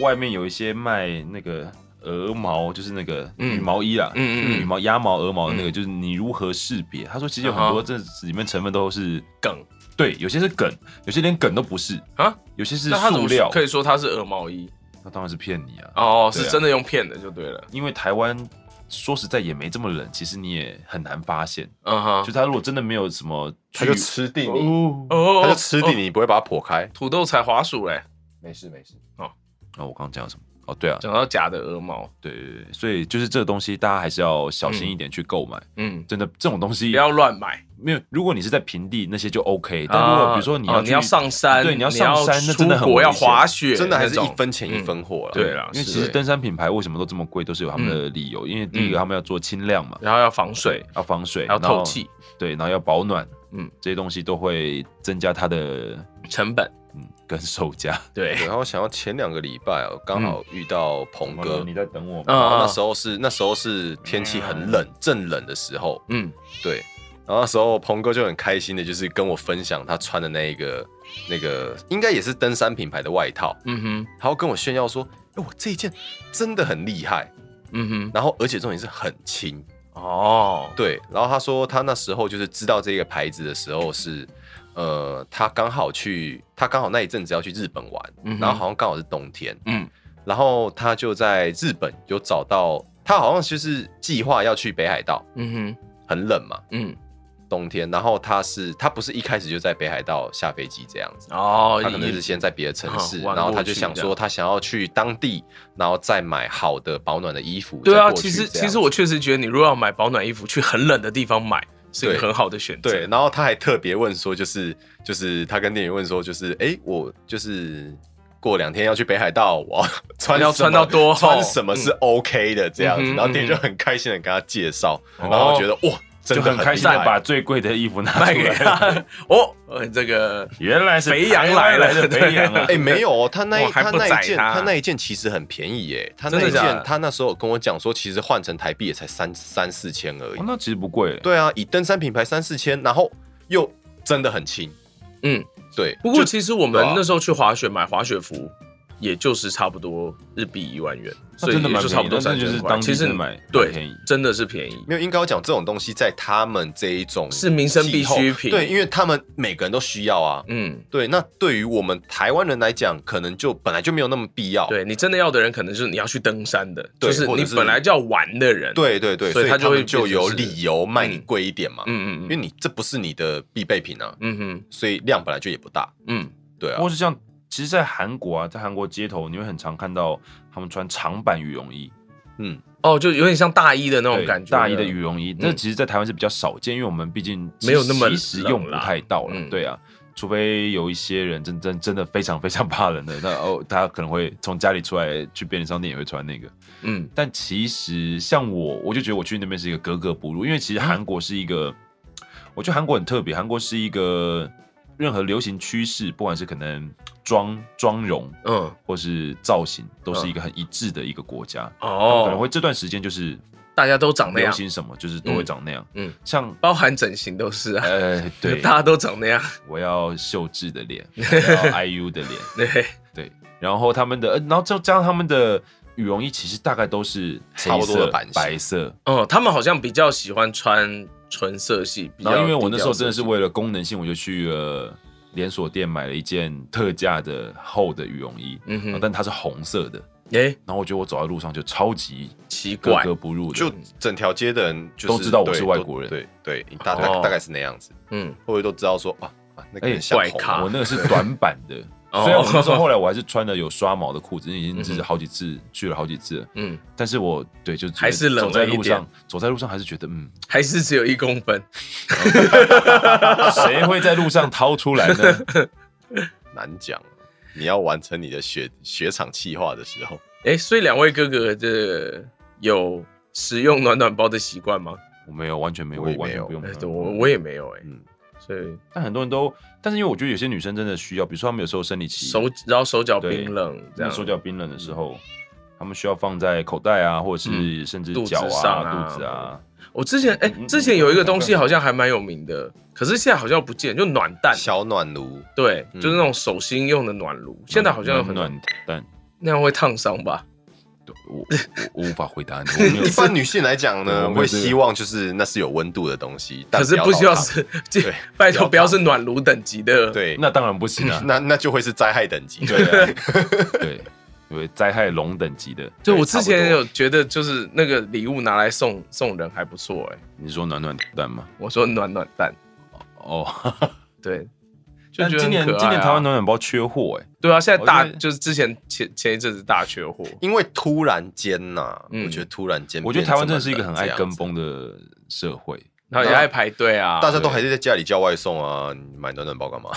外面有一些卖那个鹅毛，就是那个嗯羽毛衣啦，嗯嗯嗯羽毛鸭毛、鹅毛的那个，嗯就是你如何识别？他说其实有很多啊哈这里面成分都是，梗对，有些是梗，有些连梗都不是啊，有些是那他怎塑么料。可以说它是鹅毛衣？那当然是骗你啊，哦，对啊是真的用骗的就对了。因为台湾说实在也没这么冷，其实你也很难发现。嗯哼，就他如果真的没有什么他去，就吃定你，哦哦他就吃定哦你，不会把它破开。土豆才滑鼠嘞。没事没事，哦，我刚刚讲了什么？哦，对啊，讲到假的鹅毛，对对对，所以就是这个东西，大家还是要小心一点去购买。嗯，真的，这种东西不要乱买。没有。如果你是在平地那些就 OK，但如果比如说你要、哦你要上山，对，你要上山，那出真的很国危要险滑雪，真的还是那一种分钱一嗯分货了。对啦，因为其是实登山品牌为什么都这么贵，都是有他们的理由。因为第一个，嗯他们要做轻量嘛，然后要防水对，，要防水，还要然后透气，对，然后要保暖，嗯嗯，这些东西都会增加它的成本。嗯跟售价。对，对然后想要前两个礼拜哦，刚好遇到鹏哥，你在等我吗？嗯然后那时候是那时候是天气很冷，正冷的时候，嗯，对。然后那时候鹏哥就很开心的，就是跟我分享他穿的那一个那个，应该也是登山品牌的外套，嗯哼，然后跟我炫耀说：“哎，我这一件真的很厉害，嗯哼，然后而且重点是很轻。”哦，对，然后他说他那时候就是知道这个牌子的时候是，呃，他刚好去，他刚好那一阵子要去日本玩，嗯哼然后好像刚好是冬天，嗯然后他就在日本有找到，他好像就是计划要去北海道，嗯哼，很冷嘛，嗯，冬天，然后他是他不是一开始就在北海道下飞机这样子。哦，他可能一是先在别的城市，嗯玩然后过他就去想这说，样他想要去当地，然后再买好的保暖的衣服。对啊，再过去其实这样其实子我确实觉得，你如果要买保暖衣服，去很冷的地方买是一个对很好的选择。对，，然后他还特别问说，就是就是他跟店员问说，就是哎、诶我就是过两天要去北海道， 我要穿要什么穿到多厚嗯穿什么是 OK 的这样子，嗯哼然后店员嗯就很开心的跟他介绍，哦然后我觉得哇，真就的很开心厉的害把最贵的衣服拿卖出给来。他哦，呃这个 原来是肥羊台湾来了来的肥羊啊！哎、没有哦，他那我一还他不那宰一件他他那一件其实很便宜耶，他真那的一假的件他那时候跟我讲说，其实换成台币也才三三四千而已哦。那其实不贵。对啊，以登山品牌三四千，然后又真的很轻。嗯，对，不过就其实我们对啊那时候去滑雪买滑雪服，也就是差不多日币一万元，那所以真的也蛮就差不多便三宜的那就是千块。当地其实真的买对蛮便宜，真的是便宜。没有，应该要讲这种东西在他们这一种是民生必需品气候对，因为他们每个人都需要啊。嗯，对，那对于我们台湾人来讲，可能就本来就没有那么必要。对你真的要的人，可能就是你要去登山的，对就是或你者是本来就要玩的人。，对对对，所所以以他他就会们就有变成是理由卖你嗯贵一点嘛，嗯嗯因为嗯你这不是你的必备品啊，嗯哼所以量本来就也不大。嗯，对啊或，是像，其实，在韩国啊，在韩国街头，你会很常看到他们穿长版羽绒衣，嗯，哦，就有点像大一的那那种感觉，嗯大衣的羽绒衣。那其实，在台湾是比较少见，因为我们毕竟没有那么其实用不太到冷了啦。嗯对啊，除非有一些人真真真的非常非常怕冷的，那哦，他可能会从家里出来去便利商店也会穿那个。嗯但其实像我，我就觉得我去那边是一个格格不入，因为其实韩国是一个，我觉得韩国很特别，韩国是一个任何流行趋势，不管是可能妆妆容嗯或是造型，都是一个很一致的一个国家。可能哦，会这段时间就是大家都长那流样，行什么，就是都会长那样。嗯嗯像包含整形都是 啊，呃，对，大家都长那样，我要秀智的脸，我要 IU 的脸，对，对，然后他们的，呃然后就加上他们的羽绒衣，其实大概都是差不黑多的色版型白色，哦，他们好像比较喜欢穿纯色系，比较然后因为我那时候真的是低调色系为了功能性，我就去了连锁店买了一件特价的厚的羽绒衣，嗯嗯哼但它是红色的。哎然后我觉得我走在路上就超级奇格怪，格不入的，就整条街的人就是都知道我对是都外国人对对，大哦大大概是那样子，嗯或者都知道说啊啊，那个哎人像怪红咖。我那个是短版的 哦虽然我那时候后来我还是穿了有刷毛的裤子，已经嗯是哼好几次去了好几次了，嗯，但是我对就还是冷走在了一路点上，走在路上还是觉得嗯，还是只有一公分， 谁会在路上掏出来呢？难讲。啊你要完成你的雪雪场计划的时候，哎，所以两位哥哥这有使用暖暖包的习惯吗？我没有，完全没有，我也完没全有不用哎看。对我我也没有哎，嗯，所以但很多人都，但是因为我觉得有些女生真的需要，比如说她们有时候生理期，手然后手脚对冰冷那这样，嗯手脚冰冷的时候，她们需要放在口袋啊，或者是甚至嗯肚子脚上啊、啊肚子啊，我之前哎嗯嗯，之前有一个东西好像还蛮有名的，可是现在好像不见，就暖蛋，小暖炉对，嗯就是那种手心用的暖炉，现在好像有很暖暖但那样会烫伤吧？我我我无法回答你，我没有 一般女性来讲对我呢，没有会这个希望就是那是有温度的东西，但可是要不需要老是， 对拜托不不要要烫是暖炉等级的，大对，那那当然不行啊，那那就会是灾害等级。对，对啊， 对，有灾害龙等级的，对，我差之不多前有觉得就是那个礼物拿来送送人还不错哎、你说暖暖蛋吗？我说暖暖蛋，哦， 对，就但觉得今年很可爱啊今年台湾暖暖包缺货哎，对啊，现在大我觉得就是之前前前一阵子大缺货， 因为突然间呐，嗯我觉得突然间，我觉得台湾真的是一个很爱跟，风的社会。然后也爱排队啊，大家都还是在家里叫外送啊，你买暖暖包干嘛？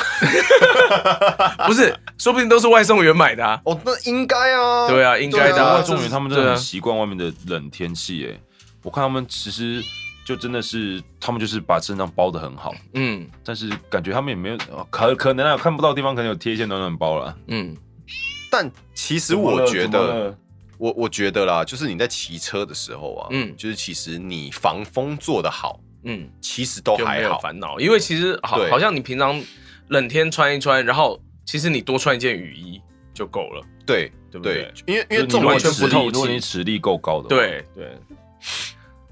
不是，说不定都是外送员买 的啊。哦，那应该啊，对啊应该的国啊外这中是原他们真的对啊很习惯外面的冷天气哎，我看他们其实就真的是他们就是把身上包的很好，嗯但是感觉他们也没有呃可可能啊看不到的地方可能有贴一些暖暖包啦。嗯但其实我觉得，我我觉得啦，就是你在骑车的时候啊，嗯嗯，就是其实你防风做得好，嗯，其实都就没还有好。烦恼，因为其实好对好像你平常冷天穿一穿，然后其实你多穿一件雨衣就够了，对对不对对？，因为因就是为重你点完是全不不透透气如果你实力够高的，。对对，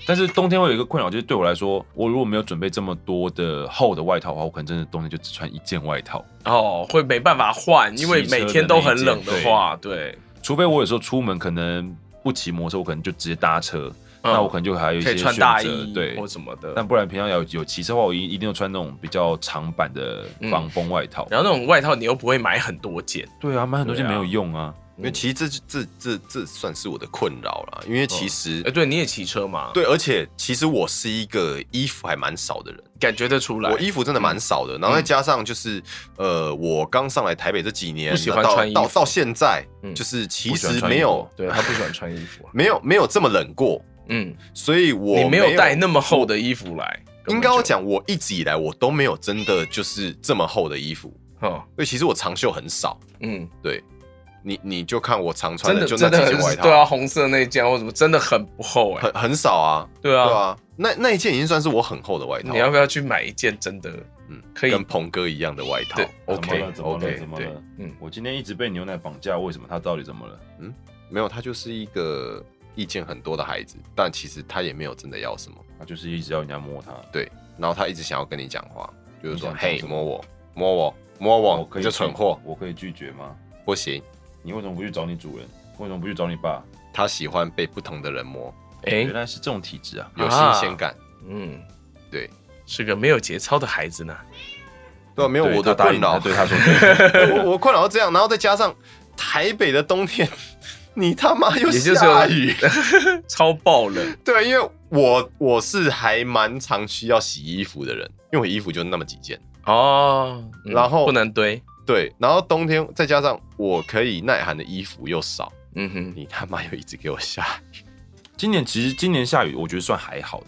但是冬天会有一个困扰，就是对我来说，我如果没有准备这么多的厚的外套的话，我可能真的冬天就只穿一件外套。哦，会没办法换，因为骑车每的天那都一很件冷的对话，对，除非我有时候出门可能不骑摩托车，我可能就直接搭车，嗯那我可能就还有一可些以选穿择大衣对或什么的。但不然平常有有骑车的话，我一一定要穿那种比较长版的防风外套。然后那种外套你又不会买很多件，对啊，买很多件对啊没有用啊。因为其实这这这这算是我的困扰啦，因为其实、哎，对，你也骑车嘛，，对，而且其实我是一个衣服还蛮少的人，感觉得出来。嗯我衣服真的蛮少的，然后再加上就是，呃，我刚上来台北这几年，不喜欢到穿衣服到到现在嗯，就是其不喜欢实穿没衣服有对他不喜欢穿衣服啊，没有没有这么冷过， 嗯，所以我你没有带那么。么厚的衣服来，根应本该我就，讲，我一直以来我都没有真的就是这么厚的衣服，哦，对，其实我长袖很少，嗯，对，你你就看我常穿的真的就那真几的件外很套，对啊，红色那件或什么真的很不厚哎，很很少啊，对对啊，啊，那那一件已经算是我很厚的外套，你要不要去买一件真的？嗯可以跟鹏哥一样的外套对怎么，OK 了怎么了 OK，怎么对，了？嗯，我今天一直被牛奶绑架，为什么？他到底怎么了？没有，他就是一个意见很多的孩子，但其实他也没有真的要什么，他就是一直要人家摸他。对，然后他一直想要跟你讲话，就是说，你想讲嘿，什么摸我，摸我，摸我我，可以你这蠢货，我可以拒绝吗？不行，你为什么不去找你主人？为什么不去找你爸？他喜欢被不同的人摸，哎原，来是这种体质啊！有新啊鲜感。嗯，对，是个没有节操的孩子呢。对啊，没有对我的他答困应他扰，对他说对， 我我困扰到这样，然后再加上台北的冬天， 你他妈又也就下是 雨，超 爆冷，对，啊因为我我是还蛮常需要洗衣服的人，因为我衣服就那么几件，哦，嗯然后不能堆，对，然后冬天再加上我可以耐寒的衣服又少，嗯哼，你他妈又一直给我下雨，今年其实今年下雨，我觉得算还好的。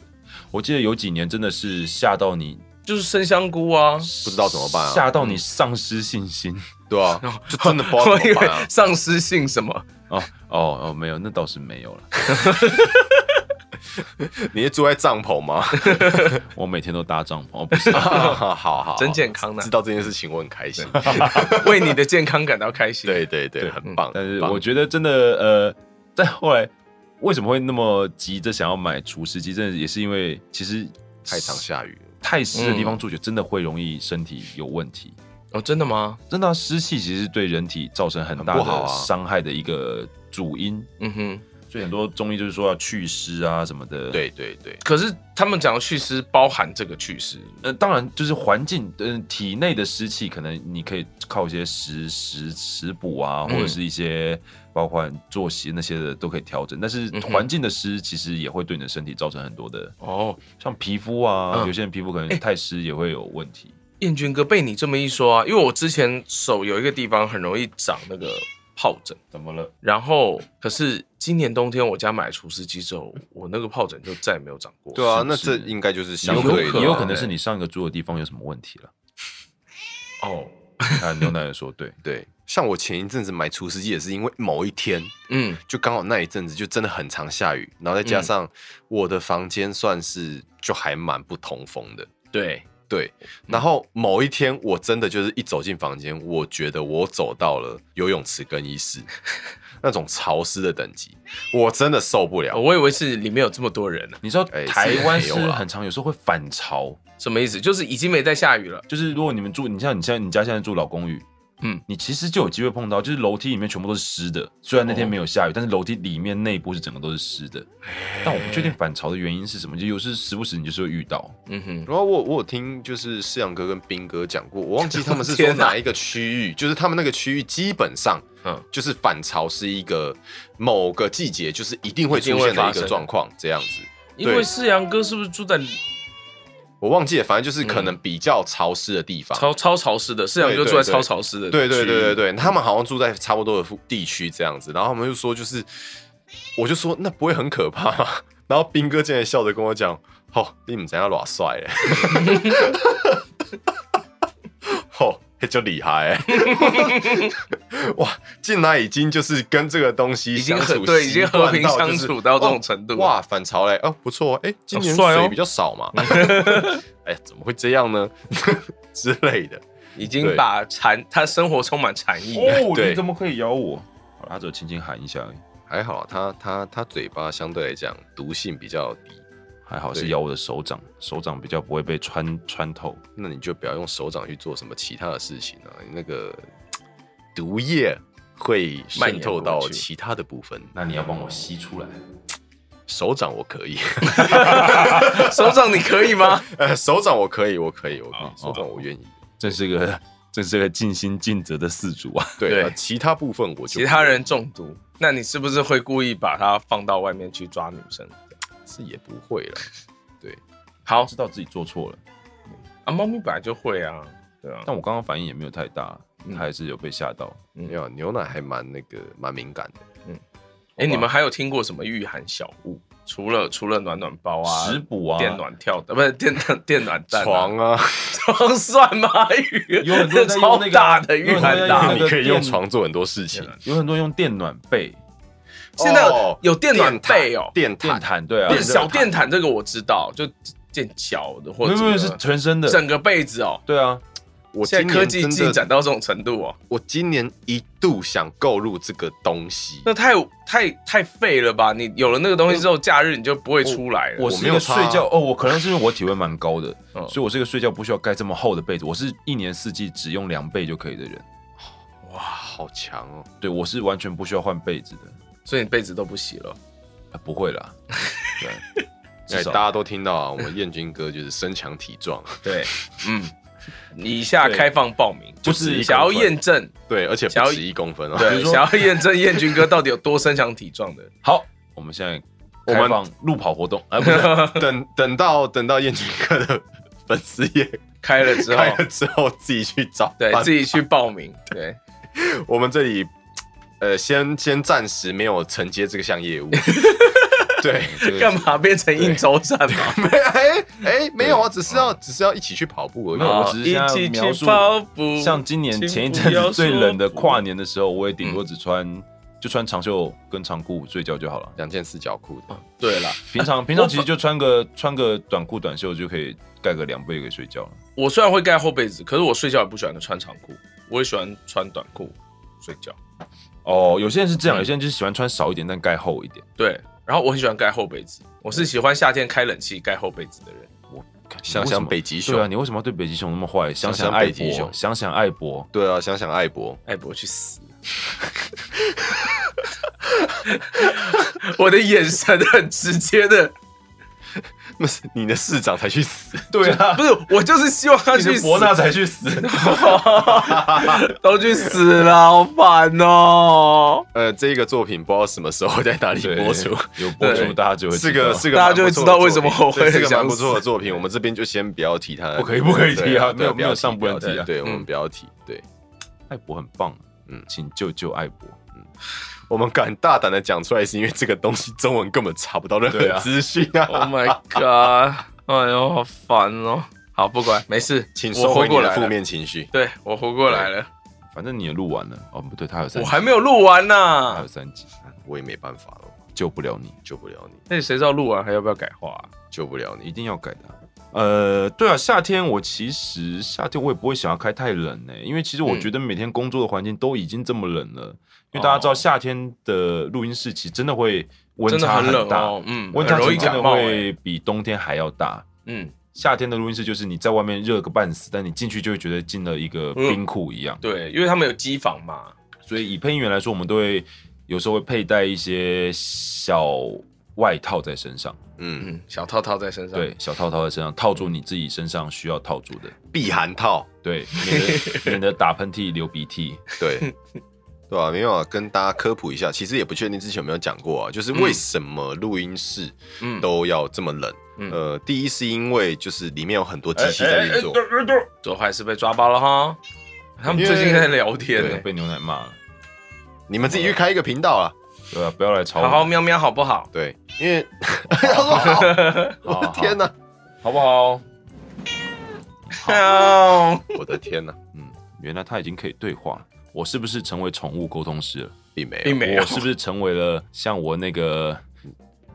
我记得有几年真的是下到你就是生香菇啊，不知道怎么办啊？吓到你丧失信心。对啊，就真的不知 道怎么办啊？丧失性什么？哦哦哦，没有，那倒是没有了。你是住在帐篷吗？，我每天都搭帐篷，哦 不是好 好好，真健康呢知道这件事情我很开心。为你的健康感到开心。对对对，对很棒。但很是棒我觉得真的呃，但后来为什么会那么急着想要买除湿机，真的也是因为其实太常下雨了，太湿的地方住久，真的会容易身体有问题。哦，真的吗？真的啊、湿气其实是对人体造成很大很不好的啊伤害的一个主因，嗯哼。所以很多中医就是说要祛湿啊什么的。，对对对，可是他们讲的祛湿包含这个祛湿，呃，当然就是环境，嗯、体内的湿气，可能你可以靠一些食食食补啊，嗯或者是一些包括作息那些的都可以调整。但是嗯哼环境的湿其实也会对你的身体造成很多的，哦，像皮肤啊，嗯有些人皮肤可能哎太湿也会有问题。彦君哥被你这么一说啊，因为我之前手有一个地方很容易长那个疱疹，怎么了？然后可是今年冬天我家买除湿机之后，我那个疱疹就再也没有长过。对啊是，那这是应该就是有相可对能的也有可啊对能是你上一个住的地方有什么问题了。 哦，看牛奶也说对，对。像我前一阵子买除湿机也是因为某一天，嗯就刚好那一阵子就真的很常下雨，然后再加上我的房间算是就还蛮不通风的，对，对。然后某一天我真的就是一走进房间，我觉得我走到了游泳池更衣 室那种潮湿的等级，我真的受不了。我以为是里面有这么多人呢、你知道哎台湾是湿没有啦很长，有时候会反潮。什么意思？就是已经没在下雨了。就是如果你们住，你像你现在你家现在住老公寓，嗯嗯，你其实就有机会碰到，就是楼梯里面全部都是湿的。虽然那天没有下雨，但是楼梯里面内部是整个都是湿的。但我不确定反潮的原因是什么，就有时时不时你就是会遇到。嗯哼，然后我我有听就是世阳哥跟斌哥讲过，我忘记他们是说天哪哪一个区域，就是他们那个区域基本上，嗯嗯，就是反潮是一个某个季节就是一定会一定出会现的发一生个的状况，这样子。因为对世阳哥是不是住在我忘记了，反正就是可能比较潮湿的地方。超超潮湿的？世阳哥对对住在对超潮湿的。对对对对。对，他们好像住在差不多的附地区这样子，然后他们就说就是，我就说那不会很可怕吗？ 然后兵哥竟然笑着跟我讲：“哦，你们怎样耍帅欸嘞？” 哦，那就厉害欸！ 哇，进来已经就是跟这个东西已经相很处对已经习惯和平到就是相处到这种程度哦哇，反潮嘞！哦，不错哦，哎，今年帅哦水比较少嘛， 哎，怎么会这样呢？ 之类的。已经把禅他生活充满禅意了。哦，对你怎么可以咬我？好他只有轻轻喊一下而已，还好啊，他他他嘴巴相对来讲毒性比较低，还好对是咬我的手掌，手掌比较不会被穿穿透。那你就不要用手掌去做什么其他的事情啊，那个毒液会渗透到其他的部分。那你要帮我吸出来，手掌我可以， 首长，你可以吗？呃，手掌我可以，我可以，我可哦以，手掌我愿意。这是个这是个尽心尽责的饲主啊！对，对呃其他部分我就其他人中毒，那你是不是会故意把他放到外面去抓女生？是也不会 了。好知道自己做错了，啊，猫咪本来就会啊，对啊，但我刚刚反应也没有太大，他还是有被吓到。没有牛奶还蛮那个蛮敏感的，哎、你们还有听过什么御寒小物？除了除了暖暖包啊、食补啊，电暖跳的，不是电暖电暖蛋、床 啊，床算吗？鱼有很多人在用那个超大的御寒有很多人在用大那你个可以用电床做很多事情。有很多人用电暖被、现在哦有电暖被哦，电电毯，毯，对啊，电小电毯这个我知道，就垫脚的或没者有没怎么有样是全身的，整个被子哦。对啊，我今现在年科技真的进展到这种程度哦，我今年一度想购入这个东西，那太太太废了吧？你有了那个东西之后，假日你就不会出来了。我我是一没有个差睡啊觉哦，我可能是因为我体温蛮高的，嗯所以我是一个睡觉不需要盖这么厚的被子，我是一年四季只用两被就可以的人。好强哦！对我是完全不需要换被子的，所以你被子都不洗了。啊、不会啦，对，哎，至大少家都听到啊，我们燕军哥就是身强体壮，对，嗯，以下开放报名，对就是想要验证， 对，而且想不要止一公分哦。对，想要验证燕军哥到底有多身强体壮 的。好，我们现在我开们放路跑活动，哎、不是等等到等到燕军哥的粉丝 页开了之后，开了之后，啊自己去找。对自己去报名。对，我们这里呃，先先暂时没有承接这项业 务。对，这个干嘛变成应 酬站嘛？没 哎哎没有啊，只是要只是要一起去跑步而没有已。我只是好现在一起描述去跑步像今年请前一不阵要子最说冷的不跨年的时候，我也顶多只穿、就穿长袖跟长裤睡觉就好了。两件四角裤的，对了，平 常平常其实就穿个穿个短裤短袖就可以盖个两被可以睡觉了。我虽然会盖厚被子，可是我睡觉也不喜欢穿长裤，我也喜欢穿短裤睡觉。哦，有些人是这样，有些人就是喜欢穿少一点但盖厚一点。对，然后我很喜欢盖厚被子，我是喜欢夏天开冷气盖厚被子的人。想为什想么北极对啊，熊。你为什么要对北极熊那么坏？想想想爱北极博，熊想想爱 博，对啊，想想艾博，艾博哎去死！ 我的眼神很直接的，那是你的市长才去死。对啊，不是我就是希望他去是死，伯纳才 去死。都去死了，好烦哦！呃，这个作品不知道什么时候在哪里对播出，有播出，对大家就会是知道个是个大家蛮就会不错知道的为作什么品我对会是个蛮想不错的死作品。我们这边就先不要提它，不可以不可以对提啊没对有不没要有提上不能要提啊对我嗯们不要提。对艾博很棒，嗯嗯，请救救艾博。我们敢大胆的讲出来，是因为这个东西中文根本查不到任对何啊资讯啊。 ！Oh my god！哎呦，好烦哦！好，不管，没事，请我收活回你过的来负了。面情绪。对我活过来了，反正你也录完了哦，不对，哎他还有三我集，还没有录完他还呢有。三集，我也没办法了，救不了你，救不了你，那谁知道录完还要不要改话啊？救不了一你。定要改的啊。呃，对啊，夏天我其实夏天我也不会想要开太冷呢、因为其实我嗯觉得每天工作的环境都已经这么冷了，因为大家知道夏天的录音室其实真的会温真的差很冷大，哦，嗯，温很差容其易实真感的冒欸。会比冬天还要大。嗯，夏天的录音室就是你在外面热个半死，但你进去就会觉得进了一个嗯冰库一样。对，因为他们有机房嘛。所以以配音员来说，我们都会有时候会佩戴一些小外套在身上，嗯，嗯，小套套在身上。对，小套套在身上套住你自己身上需要套住的，避寒套，对，免得免得打喷嚏流鼻涕。 对。对啊，没有啊，跟大家科普一下，其实也不确定之前有没有讲过啊，就是嗯为什么录音室嗯都要这么冷？嗯呃，第一是因为就是里面有很多机器在运作，做坏事被抓包了哈。他们最近在聊天呢、对，被牛奶骂了。你们自己去开一个频道啊。对啊，不要来吵我好们，好喵喵好不好？对，因为他说好，我的天哪、好不好？喵我的天哪、嗯，原来他已经可以对话了。我是不是成为宠物沟通师了？并没有，并没有我，是不是成为了像我那个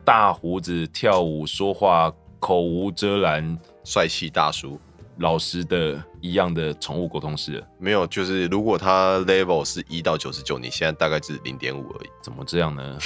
大胡子跳舞、说话口无遮拦、帅气大叔老实的一样的宠物沟通师了？没有，就是如果他 level 是一到九十九，你现在大概是零点五而已。怎么这样 呢？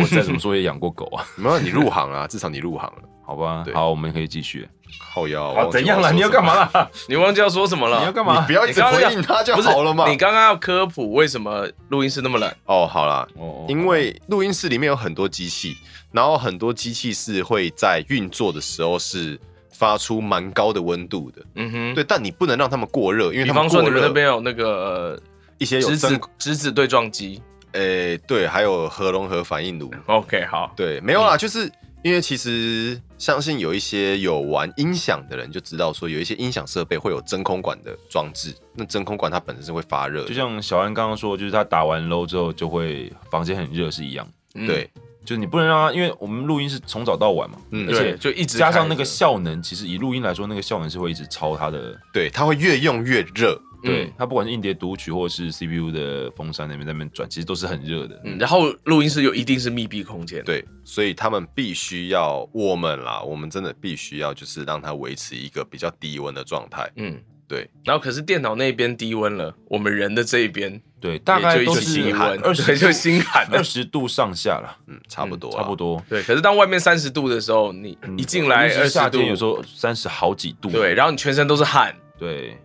我再怎么说也养过狗啊，没有，你入行了、至少你入行了。好吧对？好，我们可以继续。靠腰，啊，忘记怎样我要啦？说你要什么干嘛？啦？你忘记要说什么了？你要干你嘛不？要一你直刚刚回要应他就不是好了嘛。你刚刚要科普为什么录音室那么冷？哦，好啦，哦因为录音室里面有很多机器，然后很多机器是会在运作的时候是发出蛮高的温度的，嗯哼，对，但你不能让他们过热，因为比他方们说你过们那热边有那个一些呃有质真子质子对撞机。诶、对，还有核融合反应炉，嗯 OK，好，对，没有啦，就是因为其实相信有一些有玩音响的人就知道说，有一些音响设备会有真空管的装置，那真空管它本身是会发热的，就像小安刚刚说，就是他打完 low 之后就会房间很热是一样，嗯对，就是你不能让他，因为我们录音是从早到晚嘛，嗯而对，且就一直加上那个开着效能，其实以录音来说，那个效能是会一直超它的。对，它会越用越热，对、嗯它不管是硬碟读取或者是 CPU 的风扇那边在那边转，其实都是很热的。嗯，然后录音室又一定是密闭空间，，对，所以他们必须要我们啦，我们真的必须要就是让它维持一个比较低温的状态。嗯，对。然后可是电脑那边低温了，我们人的这一边对，大概也就都一是起低温，二对十就心寒二 了。十度上下啦，嗯，差不多、差不。多。对，可是当外面三十度的时候，你嗯一进尤来其二是十夏度天，有时候三十好几度。对，然后你全身都是汗，对。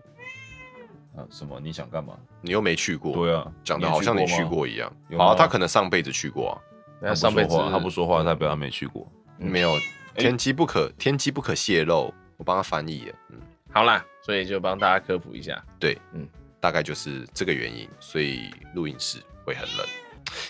啊，什么？你想干嘛？你又没去过，对啊，讲的好像你去过一样。有吗好、啊，他可能上辈子去过啊，他然后不上辈子说话他不说话，代表他没去过。嗯没有天机不可，天机不可泄露。我帮他翻译了，嗯，好啦，所以就帮大家科普一下。大概就是这个原因，所以录音室会很冷。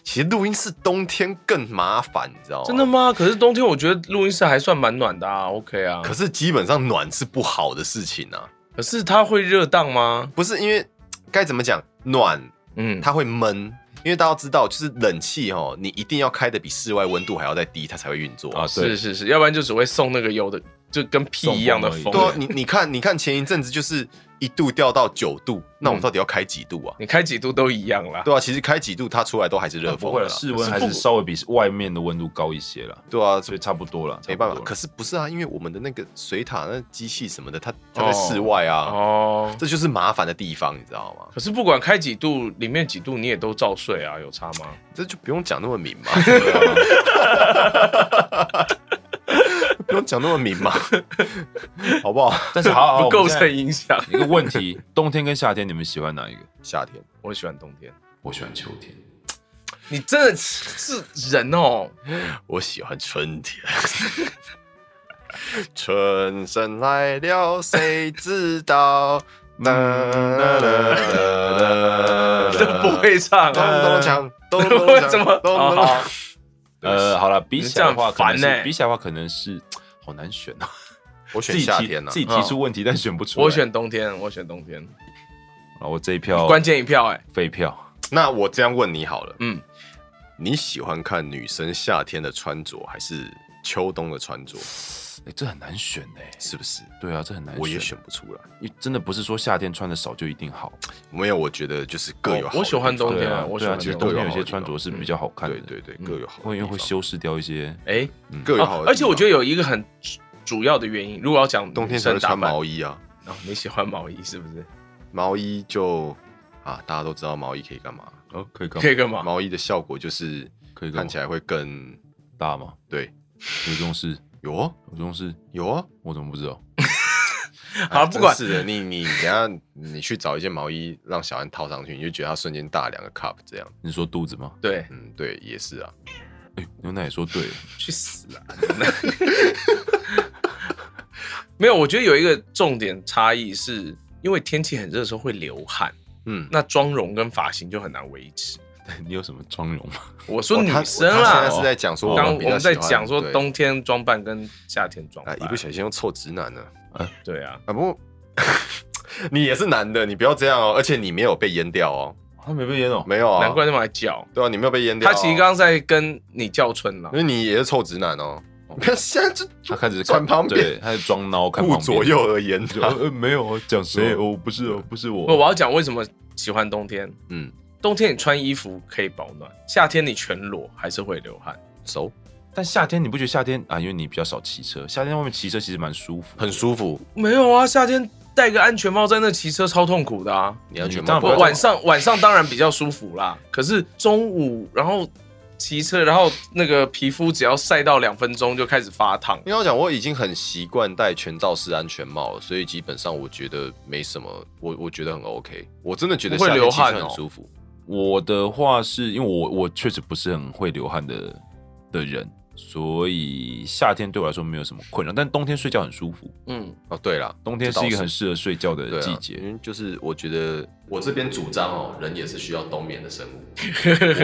其实录音室冬天更麻烦，你知啊道吗？真的？吗？可是冬天我觉得录音室还算蛮暖的啊，OK 啊。可是基本上暖是不好的事情啊，可是它会热当吗？不是因为该怎么讲，暖嗯，它会闷，因为大家知道，就是冷气哦，你一定要开的比室外温度还要再低，它才会运作啊对是是是，要不然就只会送那个有的就跟屁一样的送风对啊风而，你你看，你看前一阵子就是一度掉到九度，那我们嗯到底要开几度啊？你开几度都一样啦。对啊，其实开几度它出来都还是热啊不风会了了，啦，室温还是稍微比外面的温度高一些啦，对啊，所以差不多了。没办法。差不多可啦是不是啊？因为我们的那个水塔那机器什么的，它它在室外啊，哦，这就是麻烦的地方，你知道吗？可是不管开几度，里面几度你也都照睡啊，有差吗？这就不用讲那么明 嘛， 不用讲那么明嘛，好不好？但是哦好好，不我构们现在成影响。一个问题： 冬天跟夏天，你们喜欢哪一个？夏天我喜欢冬天，我喜欢秋天。你真的是人哦。我喜欢春天。春生来了，谁知道？哒哒哒哒这哒不会唱咚啊，咚锵，咚咚锵，怎么咚咚哦锵好？呃，好了，比起来的话，你这可样很烦能是欸比起来的话，可能是好难选哦。我自选己夏提天啊呢自。己提出问题，但选不出来。我选冬天，我选冬天，啊，我这一票哦关键一票哎。废票。那我这样问你好了，嗯，你喜欢看女生夏天的穿着，还是秋冬的穿着？哎，这很难选哎。是不是？对啊，这很难选。我也选，不出来。因为真的不是说夏天穿的少就一定好。没有，我觉得就是各有好的地方。我喜欢冬对天啊，我喜对啊，欢其实冬冬天天有些穿着是比较好看的。对对对，嗯各有好的地方，会因为会修饰掉一些。哎，各有好的地方。哦而且我觉得有一个很主主要的原因，如果要讲冬天女才生会打穿扮，毛衣啊，哦，你喜欢毛衣是不是？毛衣就啊，大家都知道毛衣可以干嘛？哦，可以干可以干嘛？毛衣的效果就是可以干嘛看起来会更大吗？对，有这种事？有哦，有这种事？有哦。我怎么不知道？好哎不管真是的，你你等一下你去找一件毛衣让小安套上去，你就觉得他瞬间大两个 cup 这样。你说肚子吗？对，嗯，对，也是啊。哎，牛奶也说对了。去死啊！ 没有，我觉得有一个重点差异是，因为天气很热的时候会流汗，嗯，那妆容跟发型就很难维持。你有什么妆容 吗？我说哦女他生他现啦在，是在讲说刚比较我们在喜欢讲说对冬天装扮跟夏天装啊，扮一，不小心又臭直男了对啊， 啊！不过你也是男的，你不要这样哦，而且你没有被淹掉哦。他没被淹哦，没有啊，难怪那么爱叫。对啊，你没有被淹掉啊、嗯他其实刚刚在跟你叫春了因，为你也是臭直男哦，你看 现在就他开始看旁边对，他是装孬看旁顾边左右而言就他。呃没有啊讲谁哦，不是哦，不是我，不我要讲为什么喜欢冬天。嗯，冬天你穿衣服可以保暖，夏天你全裸还是会流汗。熟，但夏天你不觉得夏天啊？因为你比较少骑车，夏天外面骑车其实蛮舒服，很。舒服。没有啊，夏天戴个安全帽在那骑车超痛苦的啊。你要全你当然部不会 我晚上晚上当然比较舒服啦，可是中午然后骑车，然后那个皮肤只要晒到两分钟就开始发烫。你要讲，我已经很习惯戴全罩式安全帽了，所以基本上我觉得没什么，我我觉得很 OK。我真的觉得不会夏天流其实汗哦很舒服。我的话是因为我我确实不是很会流汗的的人，所以夏天对我来说没有什么困扰，但冬天睡觉很舒服， 嗯，哦，对了，冬天是嗯一个很适合睡觉对的啊季节。因为就是我觉得我这边主张哦，人也是需要冬眠的生 物。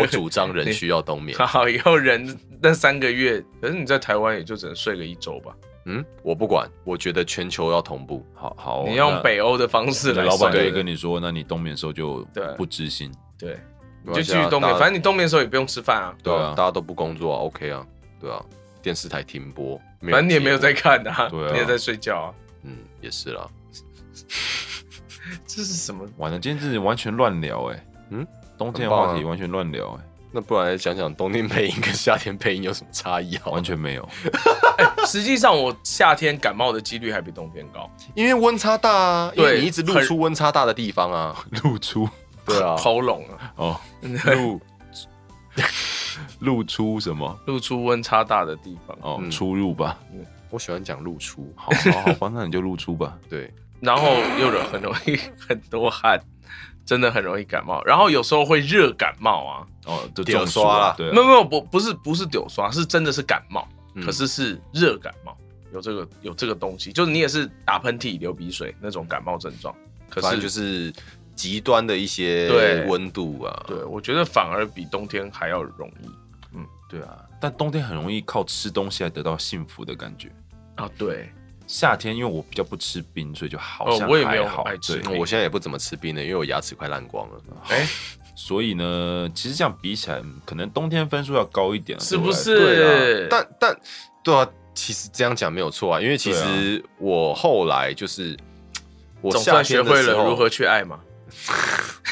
我主张人需要冬眠。好，以后人那三个月，可是你在台湾也就只能睡个一周吧。嗯，我不管，我觉得全球要同步。好好，你那用北欧的方哦你式的来老板就算会跟你说，那你冬眠的时候就对不知心。对，没你就关系继啊续冬眠，大家反正你冬眠的时候也不用吃饭啊，对对啊啊，大家都不工作啊，OK 啊，对啊，电视台停播，没反正你也节没有目在，看啊，对啊你也在睡觉啊。嗯，也是啦。这是什么？完了，今天真是完全乱聊哎、嗯嗯，冬天的很棒啊话题完全乱聊哎、那不然讲讲冬天配音跟夏天配音有什么差异啊好了？完全没有。实际上，我夏天感冒的几率还比冬天高， 因为温差大啊，因为对你一直露出温差大的地方 啊，露出对啊，喉咙啊，哦，露露出什么？露出温差大的地方。哦，嗯出入吧。我喜欢讲露出，好好好吧，那你就露出吧。对，然后又惹很容 易很多汗，真的很容易感冒。然后有时候会热感冒啊，哦，就屌中暑刷啦对没有啊，没有不不是不是丢刷，是真的是感冒，嗯可是是热感冒，有这个有这个东西，就是你也是打喷嚏、流鼻水那种感冒症状，可反是正就是极端的一些对温度啊，对我觉得反而比冬天还要容易对啊。但冬天很容易靠吃东西来得到幸福的感觉。啊，对，夏天因为我比较不吃冰，所以就好哦像我也没有还好很爱吃对我现在也不怎么吃冰的，因为我牙齿快烂光了。哎，所以呢，其实这样比起来，嗯可能冬天分数要高一点啊，是对我不来说是？但但对啊，其实这样讲没有错啊，因为其对实我后来就是我总夏算天学的会时了候如何，去爱嘛，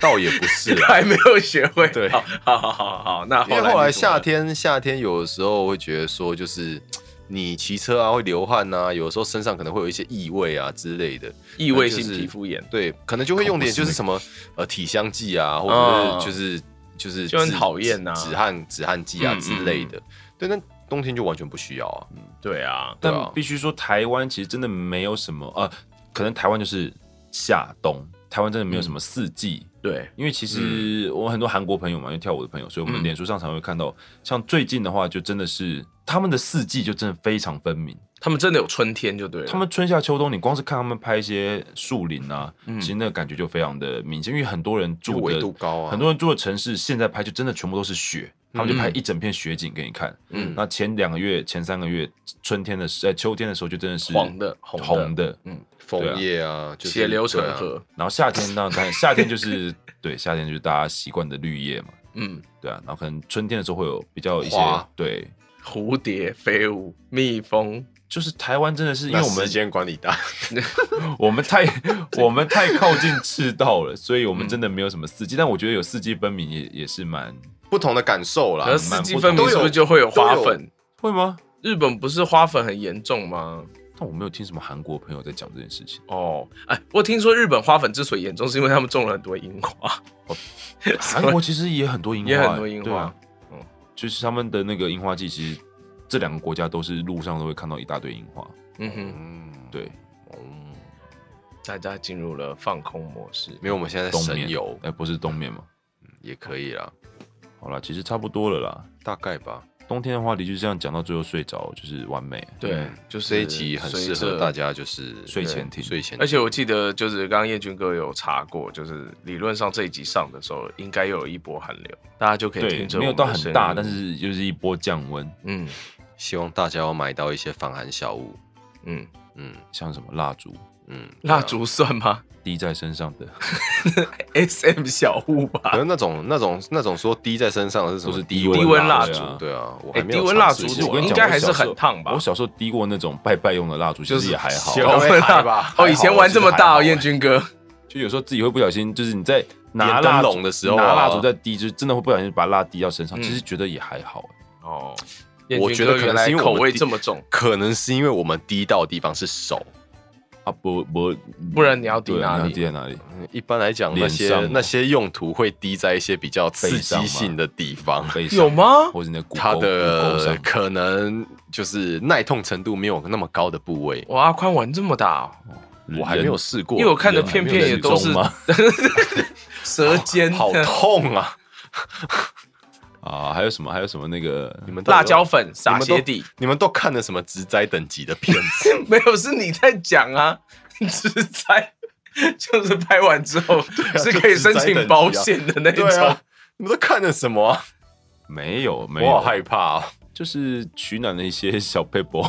倒也不是啦 还。没有学会。对好好好好好，那因为来啊后来你怎么夏天，夏天有的时候会觉得说，就是你骑车啊会流汗啊，有的时候身上可能会有一些异味啊之类的，异味性就是皮肤炎，对，可能就会用点就是什么呃体香剂啊，或者是就是、就是就很止讨厌啊止止汗止汗剂啊嗯嗯之类的。对，那冬天就完全不需要啊。对啊，对但啊必须说，台湾其实真的没有什么呃，可能台湾就是夏冬，台湾真的没有嗯什么四季。对，因为其实我很多韩国朋友嘛，因为跳舞的朋友，所以我们嗯脸书上常会看到，像最近的话，就真的是他们的四季就真的非常分明。他们真的有春天就对啊了。他们春夏秋冬，你光是看他们拍一些树林啊，嗯其实那个感觉就非常的明显。因为很多人住就的纬度高啊很多人住的城市现在拍就真的全部都是雪，他们就拍一整片雪景给你看。嗯那前两个月、前三个月，春天的时，呃，秋天的时候就真的是黄的红的红的，枫叶啊，就是血流成对啊河，然后夏天当 然夏天就是对夏天就是大家习惯的绿叶嘛，嗯，对啊，然后可能春天的时候会有比较一些花对，蝴蝶飞舞，蜜蜂，就是台湾真的是因那为我时们间管理大， 我们 太我们太靠近赤道了，所以我嗯们真的没有什么四季，但我觉得有四季分明也也是蛮不同的感受啦然后。四季分明是不是就会有花粉？会吗？日本不是花粉很严重吗？但我没有听什么韩国朋友在讲这件事情，哦，哎，我听说日本花粉之所以严重，是因为他们种了很多樱花，韩 国其实也很多樱花，也很多樱对花嗯啊，就是他们的那个樱花季，其实这两个国家都是路上都会看到一大堆樱花，嗯哼，嗯，对，对，大家进入了放空模式。没有我们现在在冬神眠游哎、不是冬眠嘛？也可以啦，好啦，其实差不多了啦。大概吧。冬天的话，的确这样讲到最后睡着就是完美。对嗯，就是这一集很适随合着大家，就是睡前听睡前听，而且我记得，就是刚刚彦君哥有查过，就是理论上这一集上的时候，应该又有一波寒流，大家就可以对听，着没有我们到的很声大，音但是就是一波降温，嗯希望大家要买到一些防寒小物。嗯，嗯，像什么蜡烛、嗯，蜡烛算吗滴在身上的， ？S M 小户可吧。能那种那种那种说滴在身上的是什么都是低低温蜡烛烛啊对啊，我哎，还没低有温蜡尝烛试其实过啊我跟你应讲该还是我小时候很烫吧我？小时候滴过那种拜拜用的蜡烛，其就是实也还好。小温蜡烛，哦，以前玩这么大，哦，燕军哥，就有时候自己会不小心，就是你在拿蜡点灯烛笼的时候啊拿蜡烛在滴，就是真的会不小心把蜡滴到身上，嗯其实觉得也还好。哦，我觉得可能原来是因为我口们味低这么重，可能是因为我们滴到的地方是手，啊，不不，不然你要滴对啊哪你要里滴在哪里？一般来讲那脸些上哦那些用途会滴在一些比较刺背上激吗性的地方。背上有？吗？或者你的骨它沟骨沟的上？可能就是耐痛程度没有那么高的部位，哇，阿宽玩这么大哦，我还没有人试过，因为我看的人片片也都是人中吗舌尖好痛 啊！啊，还有什么？还有什么那个？你们到底辣椒粉撒你们都鞋底， 你们都看了什么植栽等级的片子？没有，是你在讲啊， 植栽 就是拍完之 后啊是可以申请保险的那种。对啊， 你们都看了什么啊？没有没我好有，害怕哦！就是取暖的一些小 paper。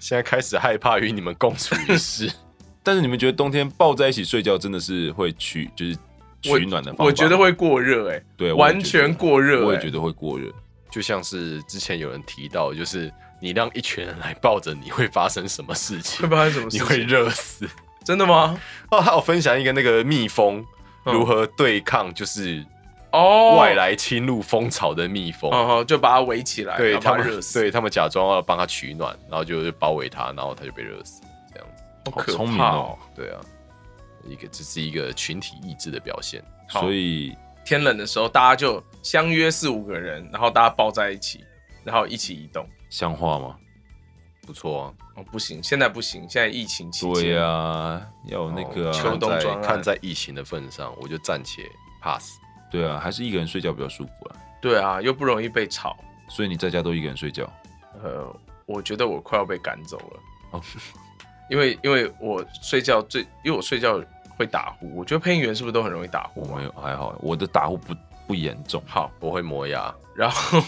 现在开始害怕与你们共处一室。 但是你们觉得冬天抱在一起睡觉真的是会取就是取暖的方法我觉得吗会过热哎、欸，对我也完觉得全过热、欸，我也觉得会过热。就像是之前有人提到，就是你让一群人来抱着你会发生什么事情 会？发生什么事你情？会热死。真的吗？哦，还有分享一个那个蜜蜂嗯如何对抗就是哦，外，来侵入蜂巢的蜜蜂，哦哦，就把它围起来，对然后他把它们热死，对他们假装要帮它取暖，然后就包围它，然后它就被热死，这样子。好可好聪明怕哦！对啊，一个这是一个群体意志的表现。好所以天冷的时候，大家就相约四五个人，然后大家抱在一起，然后一起移动。像话吗？不错啊，哦，不行，现在不行，现在疫情期间，对呀、要有那个、哦秋看啊，冬在专案看在疫情的份上，我就暂且 pass。对啊，还是一个人睡觉比较舒服啊。对啊，又不容易被吵。所以你在家都一个人睡觉，呃，我觉得我快要被赶走了。哦 因为因为我睡觉最，因为我睡觉会打呼，我觉得配音员是不是都很容易打我呼啊没？有还好，我的打呼不不严重。好，我会磨牙，然后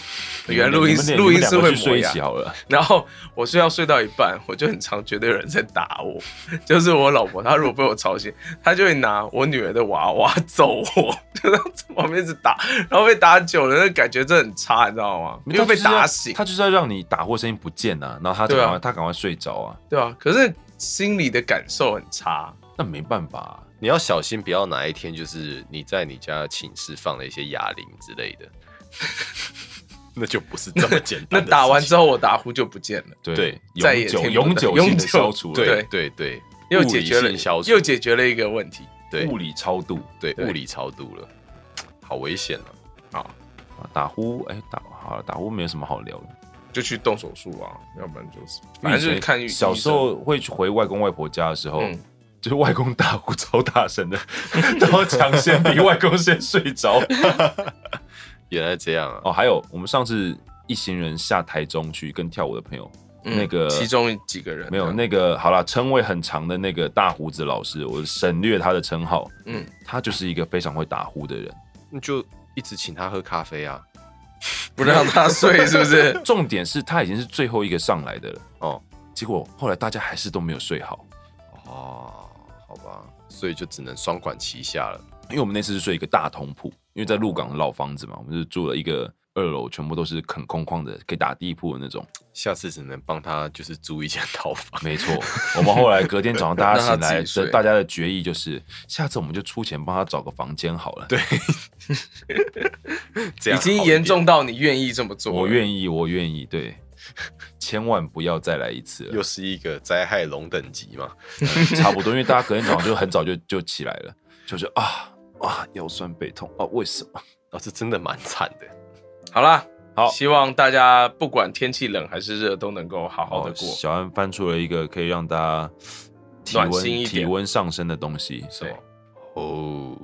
原来录音 你们室两录你音们室两个去会磨睡一牙起，好了。然后我睡觉睡到一半，我就很常觉得有人在打我，就是我老婆，她如果被我吵醒，她就会拿我女儿的娃娃揍我，就在旁边一直打，然后被打久了，那感觉真的很差，你知道吗？因为被打醒，他就是要让你打呼声音不见啊，然后他对啊赶快、他赶快睡着啊，对啊，可是心里的感受很差。那没办法啊、你要小心，不要哪一天就是你在你家寝室放了一些哑铃之类的， 那就不是这么简 单的那事情。打完之后，我打呼就不见了，对对，再也永久听永久不到 永性的久消除了，对对对，又物解理决了性消，除又解决了一个问题。对物理超度对对物理超度了，好危险啊！啊，打呼，哎、打好了，打呼没有什么好聊的。就去动手术啊，要不然就是，反正就是看医小时，候会去回外公外婆家的时候，嗯就是外公打呼超大声的， 然后抢先比外公先睡着。原来这样啊，哦，还有我们上次一行人下台中去跟跳舞的朋友，嗯那个其中几个人没有那个好啦，称谓很长的那个大胡子老师，我省略他的称号，嗯，他就是一个非常会打呼的人。那就一直请他喝咖啡啊。不让他睡，是不是？重点是他已经是最后一个上来的了，哦结果后来大家还是都没有睡好，哦，好吧，所以就只能双管齐下了。因为我们那次是睡一个大通铺，因为在鹿港的老房子嘛，我们就住了一个二楼，全部都是很空旷的，可以打地铺的那种。下次只能帮他就是租一间 套房。没 错，我们后来隔天早上大家让他醒自来己睡的，大家的决议就是，下次我们就出钱帮他找个房间好了。对，这已样经好一严点重到你愿意这么做了，我愿意，我愿意，对，千万不要再来一次了又，是一个灾害龙等级嘛。差不多，因为大家隔天早上就很早就就起来了，就是啊啊腰酸背痛啊，为什么？啊，这真的蛮惨的。好啦，好希望大家不管天气冷还是热，都能够好好的过。小安翻出了一个可以让大家体暖心一温点体温上升的东西，什么？哦，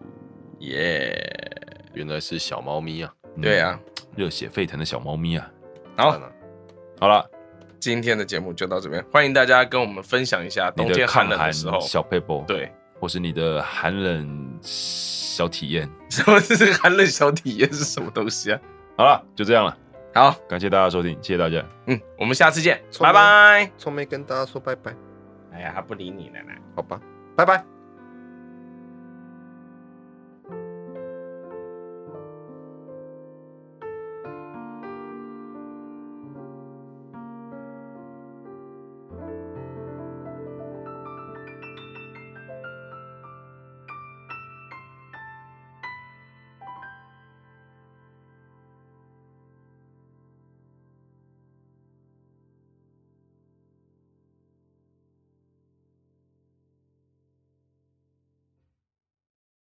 耶，原来是小猫咪啊！嗯对，啊，热血沸腾的小猫咪啊！好算，了好了，今天的节目就到这边，欢迎大家跟我们分享一下你冬的天抗寒冷寒的时候，小 paper，，对， 或是你的寒冷小体验。什么是寒冷小体验是什么东西啊？好了，就这样了，好，感谢大家的收听，谢谢大家。嗯，我们下次见，聪拜明拜。聪妹跟大家说拜拜。哎呀，他不理你了啦。好吧，拜拜。